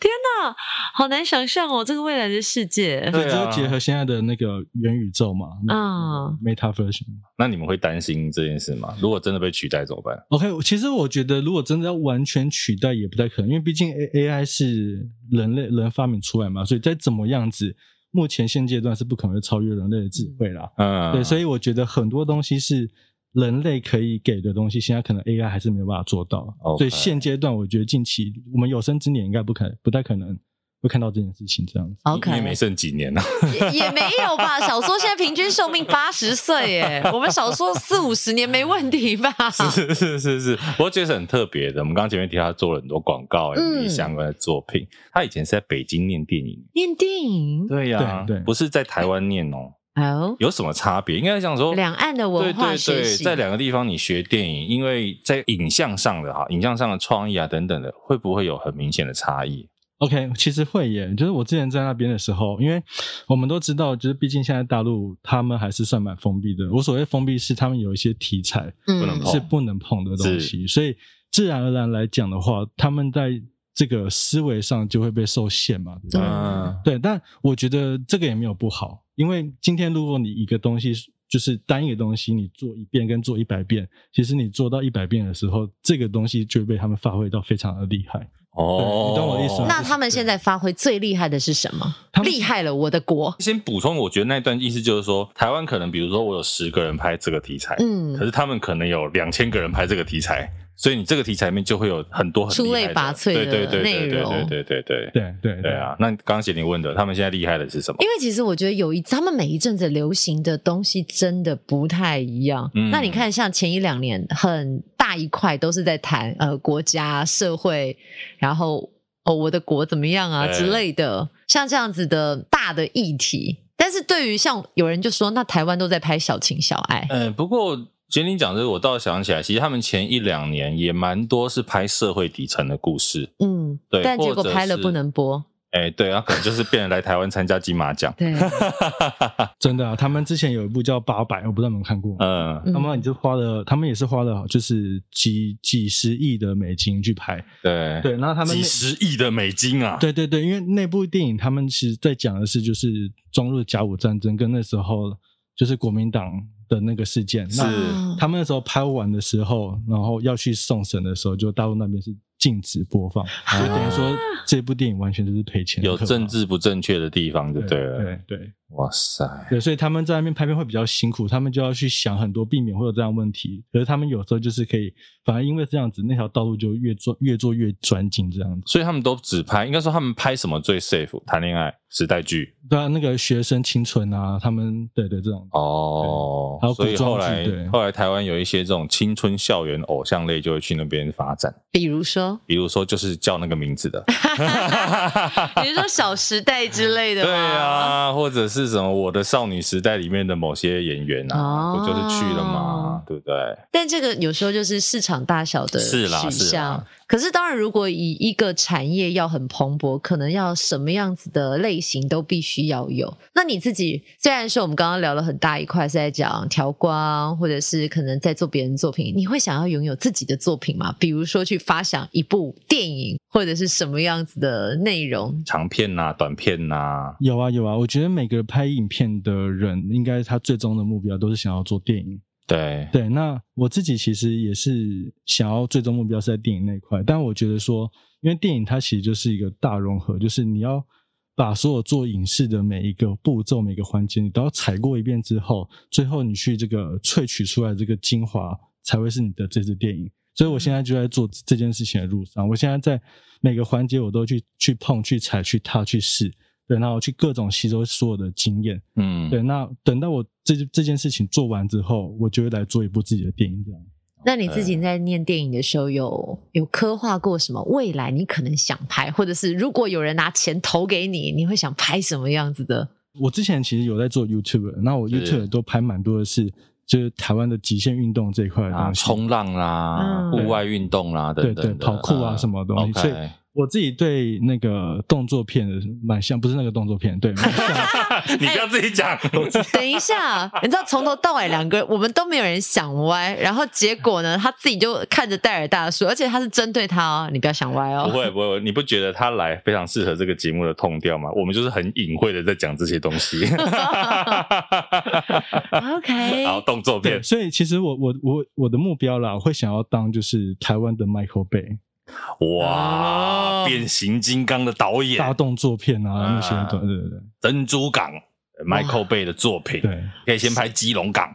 Speaker 4: 天哪，好难想象哦，这个未来的世界。
Speaker 7: 对，
Speaker 1: 对
Speaker 7: 就
Speaker 1: 啊
Speaker 7: 是结合现在的那个元宇宙嘛，
Speaker 4: 嗯
Speaker 7: 嗯，Meta version。
Speaker 1: 那你们会担心这件事吗？如果真的被取代怎么办？
Speaker 7: OK，其实我觉得如果真的要完全取代也不太可能，因为毕竟 A AI 是人类人发明出来嘛，所以再怎么样子，目前现阶段是不可能会超越人类的智慧啦。
Speaker 1: 嗯，
Speaker 7: 对，所
Speaker 1: 以
Speaker 7: 以我觉得很多东西是人类可以给的东西，现在可能 AI 还是没有办法做到。
Speaker 1: OK
Speaker 7: 所以现阶段，我觉得近期我们有生之年应该不可不太可能会看到这件事情这样子。
Speaker 1: 你也没
Speaker 4: OK，
Speaker 1: 剩几年啊了，
Speaker 4: 也也没有吧？少说现在平均寿命八十岁耶，我们少说四五十年没问题吧？
Speaker 1: 是是是是，不过 Jason 很特别的，我们刚刚前面提到他做了很多广告、
Speaker 4: 嗯
Speaker 1: MV 相关的作品，他以前是在北京念电影，
Speaker 4: 念电影
Speaker 1: 对
Speaker 7: 对对
Speaker 1: 不是在台湾念哦，
Speaker 4: 哦，
Speaker 1: 有什么差别？应该想说
Speaker 4: 两岸的文化
Speaker 1: 对对
Speaker 4: 学
Speaker 1: 对，
Speaker 4: 习
Speaker 1: 在两个地方你学电影，因为在影像上的哈，影像上的创意啊等等的，会不会有很明显的差异？
Speaker 7: OK，其实会耶，就是我之前在那边的时候，因为我们都知道，就是毕竟现在大陆他们还是算蛮封闭的。我所谓封闭是他们有一些题材
Speaker 1: 不
Speaker 4: 嗯
Speaker 1: 能碰
Speaker 7: 是不能碰的东西，所以自然而然来讲的话，他们在这个思维上就会被受限嘛。对吧
Speaker 4: 对
Speaker 1: 嗯，
Speaker 7: 对，但我觉得这个也没有不好，因为今天如果你一个东西就是单一个东西，你做一遍跟做一百遍，其实你做到一百遍的时候，这个东西就会被他们发挥到非常的厉害。
Speaker 1: 哦，
Speaker 7: 对你懂我的意思吗
Speaker 4: 那他们现在发挥最厉害的是什么？
Speaker 7: 他们
Speaker 4: 厉害了，我的国！
Speaker 1: 先补充，我觉得那段意思就是说，台湾可能比如说我有十个人拍这个题材，
Speaker 4: 嗯
Speaker 1: 可，是他们可能有两千个人拍这个题材，所以你这个题材里面就会有很多很
Speaker 4: 出类
Speaker 1: 厉害的
Speaker 4: 拔萃的
Speaker 1: 对对对
Speaker 4: 内
Speaker 1: 对对
Speaker 4: 容
Speaker 1: 对对对对
Speaker 7: 对对
Speaker 1: 对啊！那刚刚写你问的，他们现在厉害的是什么？
Speaker 4: 因为其实我觉得有一他们每一阵子流行的东西真的不太一样。
Speaker 1: 嗯
Speaker 4: 那你看，像前一两年很大一块都是在谈呃国家社会，然后哦我的国怎么样啊
Speaker 1: 对
Speaker 4: 之类的，像这样子的大的议题。但是对于像有人就说，那台湾都在拍小情小爱，
Speaker 1: 嗯，不过杰林讲这个，我倒想起来，其实他们前一两年也蛮多是拍社会底层的故事，
Speaker 4: 嗯，
Speaker 1: 对
Speaker 4: 但结果
Speaker 1: 或者
Speaker 4: 拍了
Speaker 1: 是
Speaker 4: 不能播，。
Speaker 1: 哎、对，他可能就是变成来台湾参加金马奖
Speaker 4: 对，
Speaker 7: 真的啊，他们之前有一部叫《八百》，我不知道你们看过吗？
Speaker 1: 嗯，
Speaker 7: 那么你就花了，他们也是花了就是几几十亿的美金去拍，
Speaker 1: 对
Speaker 7: 对，然后他们
Speaker 1: 嗯几
Speaker 7: 那
Speaker 1: 十亿的美金啊！
Speaker 7: 对对对，因为那部电影他们其实在讲的是就是中日甲午战争跟那时候就是国民党的那个事件。
Speaker 1: 是
Speaker 7: 那
Speaker 4: 啊
Speaker 7: 他们那时候拍完的时候，然后要去送审的时候，就大陆那边是禁止播放，所以等于说这部电影完全就是赔钱，
Speaker 1: 啊有
Speaker 7: 很可怕
Speaker 1: 政。治不正确的地方就
Speaker 7: 对
Speaker 1: 对了。
Speaker 7: 对对
Speaker 1: 哇塞，
Speaker 7: 对，所以他们在那边拍片会比较辛苦，他们就要去想很多避免会有这样的问题。可是他们有时候就是可以，反而因为这样子，那条道路就越做越做越专精这样子。
Speaker 1: 所以他们都只拍，应该说他们拍什么最 safe？谈恋爱、时代剧
Speaker 7: 对啊，那个学生青春啊，他们对对这种
Speaker 1: 哦
Speaker 7: 对还有。
Speaker 1: 所以
Speaker 7: 古装
Speaker 1: 后来
Speaker 7: 剧对
Speaker 1: 后来台湾有一些这种青春校园偶像类就会去那边发展，
Speaker 4: 比 如说，
Speaker 1: 比如说就是叫那个名字的，
Speaker 4: 比如说《小时代》之类的，
Speaker 1: 对，啊，或者是什么《我的少女时代》里面的某些演员啊，
Speaker 4: 哦
Speaker 1: 不就是去了吗？对不对？
Speaker 4: 但这个有时候就是市场大小的
Speaker 1: 是啦
Speaker 4: 取
Speaker 1: 是
Speaker 4: 向
Speaker 1: 啦。
Speaker 4: 可是当然，如果以一个产业要很蓬勃，可能要什么样子的类型都必须要有。那你自己虽然说我们刚刚聊了很大一块是在讲调光，或者是可能在做别人作品，你会想要拥有自己的作品吗？比如说去发想一部电影，或者是什么样子的内容？
Speaker 1: 长片呐、短片呐、
Speaker 7: 有啊有啊，我觉得每个拍影片的人，应该他最终的目标都是想要做电影。
Speaker 1: 对，
Speaker 7: 对，那我自己其实也是想要最终目标是在电影那一块，但我觉得说，因为电影它其实就是一个大融合，就是你要把所有做影视的每一个步骤、每个环节，你都要踩过一遍之后，最后你去这个萃取出来这个精华，才会是你的这支电影。所以我现在就在做这件事情的路上，我现在在每个环节我都去去碰、去踩、去踏、去试，对，然后去各种吸收所有的经验。
Speaker 1: 嗯，
Speaker 7: 对，那等到我这这件事情做完之后，我就会来做一部自己的电影，这样。
Speaker 4: 那你自己
Speaker 1: 嗯
Speaker 4: 在念电影的时候有有刻画过什么未来你可能想拍，或者是如果有人拿钱投给你，你会想拍什么样子的？
Speaker 7: 我之前其实有在做 YouTube，那我
Speaker 1: 是
Speaker 7: YouTube 都拍蛮多的是，就是台湾的极限运动这一块的
Speaker 1: 啊，
Speaker 7: 东西，
Speaker 1: 冲浪啦，
Speaker 4: 嗯
Speaker 1: 户外运动啦，等
Speaker 7: 对
Speaker 1: 等
Speaker 7: 对，
Speaker 1: 的
Speaker 7: 跑酷啊什么东
Speaker 1: OK
Speaker 7: 西。所以我自己对那个动作片的蛮像，不是那个动作片，对， 蛮像
Speaker 1: 你不要自己讲，
Speaker 4: 等一下，你知道从头到尾两个人我们都没有人想歪，然后结果呢，他自己就看着戴尔大叔，而且他是针对他哦，你不要想歪
Speaker 1: 不
Speaker 4: 哦。
Speaker 1: 会不会，你不觉得他来非常适合这个节目的痛调吗？我们就是很隐晦的在讲这些东 西，
Speaker 4: OK，
Speaker 1: 然后动作片
Speaker 7: 对。所以其实我我我我的目标啦，我会想要当就是台湾的 Michael Bay，
Speaker 1: 哇，
Speaker 4: 哦
Speaker 1: 变形金刚的导演
Speaker 7: 大动作片啊那些
Speaker 1: 啊
Speaker 7: 的，对对对
Speaker 1: 珍珠港 Michael Bay 的作品，
Speaker 7: 对。
Speaker 1: 可以先拍基隆港，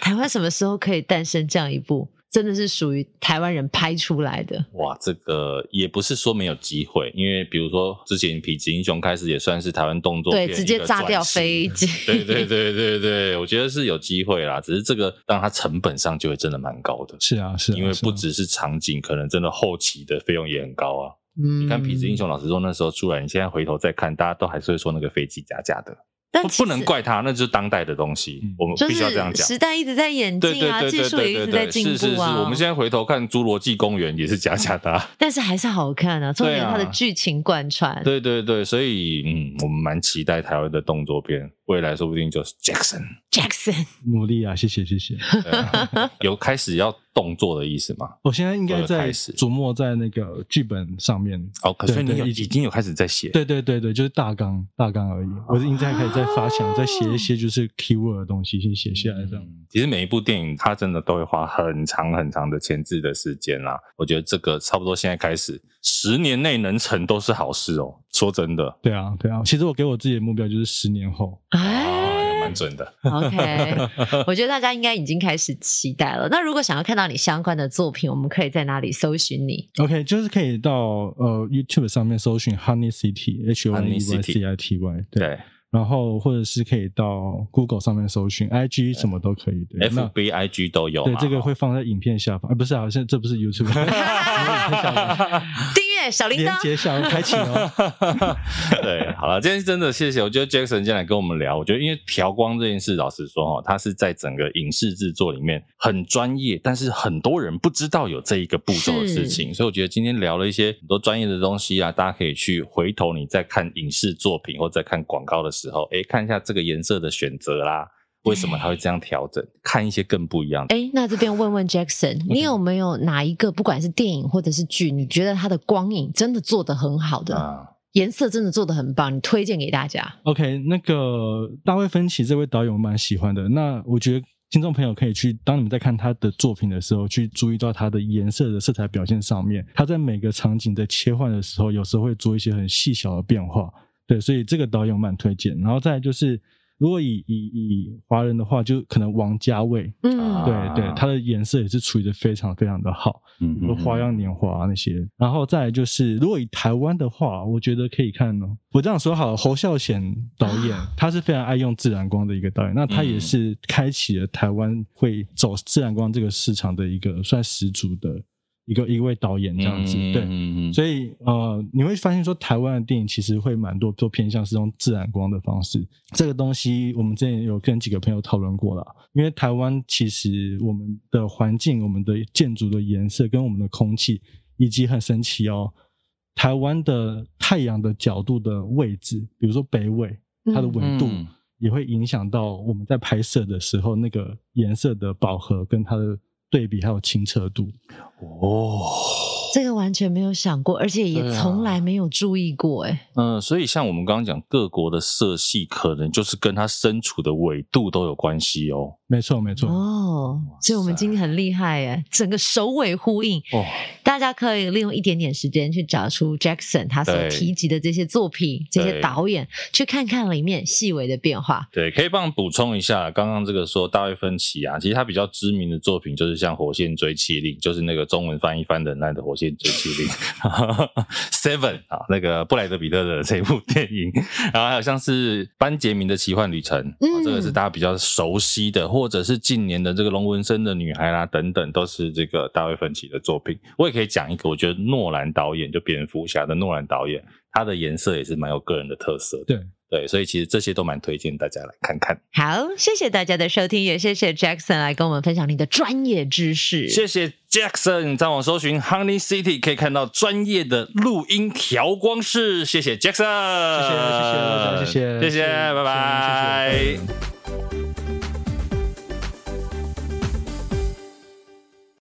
Speaker 4: 台湾什么时候可以诞生这样一部，真的是属于台湾人拍出来的？
Speaker 1: 哇，这个也不是说没有机会，因为比如说之前痞子英雄开始也算是台湾动作
Speaker 4: 对，
Speaker 1: 片
Speaker 4: 直
Speaker 1: 一
Speaker 4: 接
Speaker 1: 个
Speaker 4: 炸掉
Speaker 1: 转型
Speaker 4: 飞机。
Speaker 1: 对对对对对，我觉得是有机会啦，只是这个让它成本上就会真的蛮高的，
Speaker 7: 是啊，是啊，
Speaker 1: 因为
Speaker 7: 是
Speaker 1: 不
Speaker 7: 啊
Speaker 1: 只是场景，可能真的后期的费用也很高啊。
Speaker 4: 嗯
Speaker 1: 你看《痞子英雄》，老实说那时候出来，你现在回头再看，大家都还是会说那个飞机假假的，
Speaker 4: 但
Speaker 1: 不
Speaker 4: 其
Speaker 1: 不能
Speaker 4: 实
Speaker 1: 怪他，那就是当代的东西
Speaker 7: 嗯，
Speaker 1: 我们
Speaker 4: 就
Speaker 1: 必须要这样
Speaker 4: 是
Speaker 1: 讲。
Speaker 4: 时代一直在演
Speaker 1: 对
Speaker 4: 进
Speaker 1: 对
Speaker 4: 啊，
Speaker 1: 对
Speaker 4: 技
Speaker 1: 对
Speaker 4: 术也
Speaker 1: 对
Speaker 4: 一直
Speaker 1: 对
Speaker 4: 在
Speaker 1: 对，
Speaker 4: 进
Speaker 1: 是是是，
Speaker 4: 步啊。
Speaker 1: 我们现在回头看《侏罗纪公园》也是假假的、 啊。
Speaker 4: 但是还是好看啊，重点
Speaker 1: 对啊
Speaker 4: 它的剧情贯穿。
Speaker 1: 对对对，所以嗯，我们蛮期待台湾的动作片，未来说不定就是 Jackson，
Speaker 4: Jackson，
Speaker 7: 努力啊，谢谢谢谢。
Speaker 1: 对啊有开始要动作的意思吗？
Speaker 7: 我现在应
Speaker 1: 我
Speaker 7: 该
Speaker 1: 有
Speaker 7: 在
Speaker 1: 开始
Speaker 7: 琢磨在那个剧本上面。
Speaker 1: 哦，可
Speaker 7: 对
Speaker 1: 是你
Speaker 7: 对
Speaker 1: 有
Speaker 7: 已
Speaker 1: 已经有开始在写，
Speaker 7: 对对对对，就是大纲大纲而已。我已经在开始在发想，在
Speaker 1: 哦
Speaker 7: 写一些就是 keyword 的东西，先写下来这样。
Speaker 1: 嗯其实每一部电影，它真的都会花很长很长的前置的时间啦。我觉得这个差不多现在开始，十年内能成都是好事哦。说真的，
Speaker 7: 对啊对啊，其实我给我自己的目标就是十年后。
Speaker 4: 哎
Speaker 1: 哦，蛮准的。
Speaker 4: ，OK，我觉 得大家应该已经开始期待了。那如果想要看到你相关的作品，我们可以在哪里搜 寻你？
Speaker 7: OK，就是可以到呃 YouTube 上面搜寻 Honey City H O N
Speaker 1: Honey
Speaker 7: E Y
Speaker 1: City
Speaker 7: C I T Y 对，
Speaker 1: 对
Speaker 7: 然后或者是可以到 Google 上面搜寻 IG 什么都可以。对，那
Speaker 1: ，F B I G 都有嘛。哦
Speaker 7: 呃对这个会放在影片下方，啊不是啊，现在这不是 YouTube。
Speaker 4: 订阅哎，小铃
Speaker 7: 连
Speaker 4: 铛，
Speaker 7: 接小开启哦。
Speaker 1: 对，好了，今天真的谢谢，我觉得 Jackson 今天来跟我们聊，我觉得因为调光这件事，老实说哈、哦，它是在整个影视制作里面很专业，但是很多人不知道有这一个步骤的事情，所以我觉得今天聊了一些很多专业的东西啊，大家可以去回头你在看影视作品或在看广告的时候，诶，看一下这个颜色的选择啦，为什么它会这样调整，看一些更不一样的。
Speaker 4: 哎，那这边问问 Jackson，你有没有哪一个不管是电影或者是剧，你觉得它的光影真的做得很好的，
Speaker 1: 啊，
Speaker 4: 颜色真的做得很棒，你推荐给大家？
Speaker 7: OK，那个大卫芬奇这位导演我蛮喜欢的。那我觉得听众朋友可以去，当你们在看他的作品的时候，去注意到他的颜色的色彩表现上面，他在每个场景的切换的时候，有时候会做一些很细小的变化。对，所以这个导演我蛮推荐。然后再来就是，如果以以以华人的话，就可能王家卫，
Speaker 4: 嗯
Speaker 1: 啊
Speaker 7: 对对，他的颜色也是处理的非常非常的好。
Speaker 1: 嗯
Speaker 7: 比如花样年华、啊那些。然后再来就是，如果以台湾的话，我觉得可以看哦。我这样说好了，侯孝贤导演，
Speaker 1: 啊
Speaker 7: 他是非常爱用自然光的一个导演，那
Speaker 1: 嗯
Speaker 7: 他也是开启了台湾会走自然光这个市场的一个算始祖的一个一位导演这样子。对，
Speaker 1: 嗯
Speaker 7: 所以呃，你会发现说，台湾的电影其实会蛮多都偏向是用自然光的方式。这个东西我们之前有跟几个朋友讨论过啦，因为台湾其实我们的环境、我们的建筑的颜色跟我们的空气，以及很神奇哦，台湾的太阳的角度的位置，比如说北纬，它的纬度。
Speaker 1: 嗯
Speaker 7: 也会影响到我们在拍摄的时候那个颜色的饱和跟它的对比还有清澈度。
Speaker 1: 哦。
Speaker 4: 这个完全没有想过，而且也
Speaker 1: 对啊
Speaker 4: 从来没有注意过、哎、
Speaker 1: 嗯，所以像我们刚刚讲，各国的色系可能就是跟它身处的纬度都有关系哦。
Speaker 7: 没错，没错。
Speaker 4: 哦，所以我们今天很厉害哎，整个首尾呼应。
Speaker 1: 哦，
Speaker 4: 大家可以利用一点点时间去找出 Jackson 他所
Speaker 1: 对
Speaker 4: 提及的这些作品、这些
Speaker 1: 对
Speaker 4: 导演，去看看里面细微的变化。
Speaker 1: 对，可以帮我补充一下，刚刚这个说大卫芬奇啊，其实他比较知名的作品就是像《火线追妻令》，就是那个中文翻译翻的那的《火线追妻令》Seven 啊，那个布莱德彼特的这部电影，然后还有像是班杰明的奇幻旅程，啊这个是大家比较熟悉的，或者是近年的这个龙纹身的女孩啦、等等，都是这个大卫芬奇的作品。我也可以讲一个，我觉得诺兰导演就蝙蝠侠的诺兰导演，他的颜色也是蛮有个人的特色的。
Speaker 7: 对
Speaker 1: 对，所以其实这些都蛮推荐大家来看看。
Speaker 4: 好，谢谢大家的收听，也谢谢 Jackson 来跟我们分享你的专业知识。
Speaker 1: 谢谢 Jackson，上网搜寻 Honey City 可以看到专业的录音调光室。谢谢 Jackson，
Speaker 7: 谢谢谢谢大家谢谢
Speaker 1: 谢谢，
Speaker 7: 谢谢
Speaker 1: 拜拜。
Speaker 7: 谢谢拜拜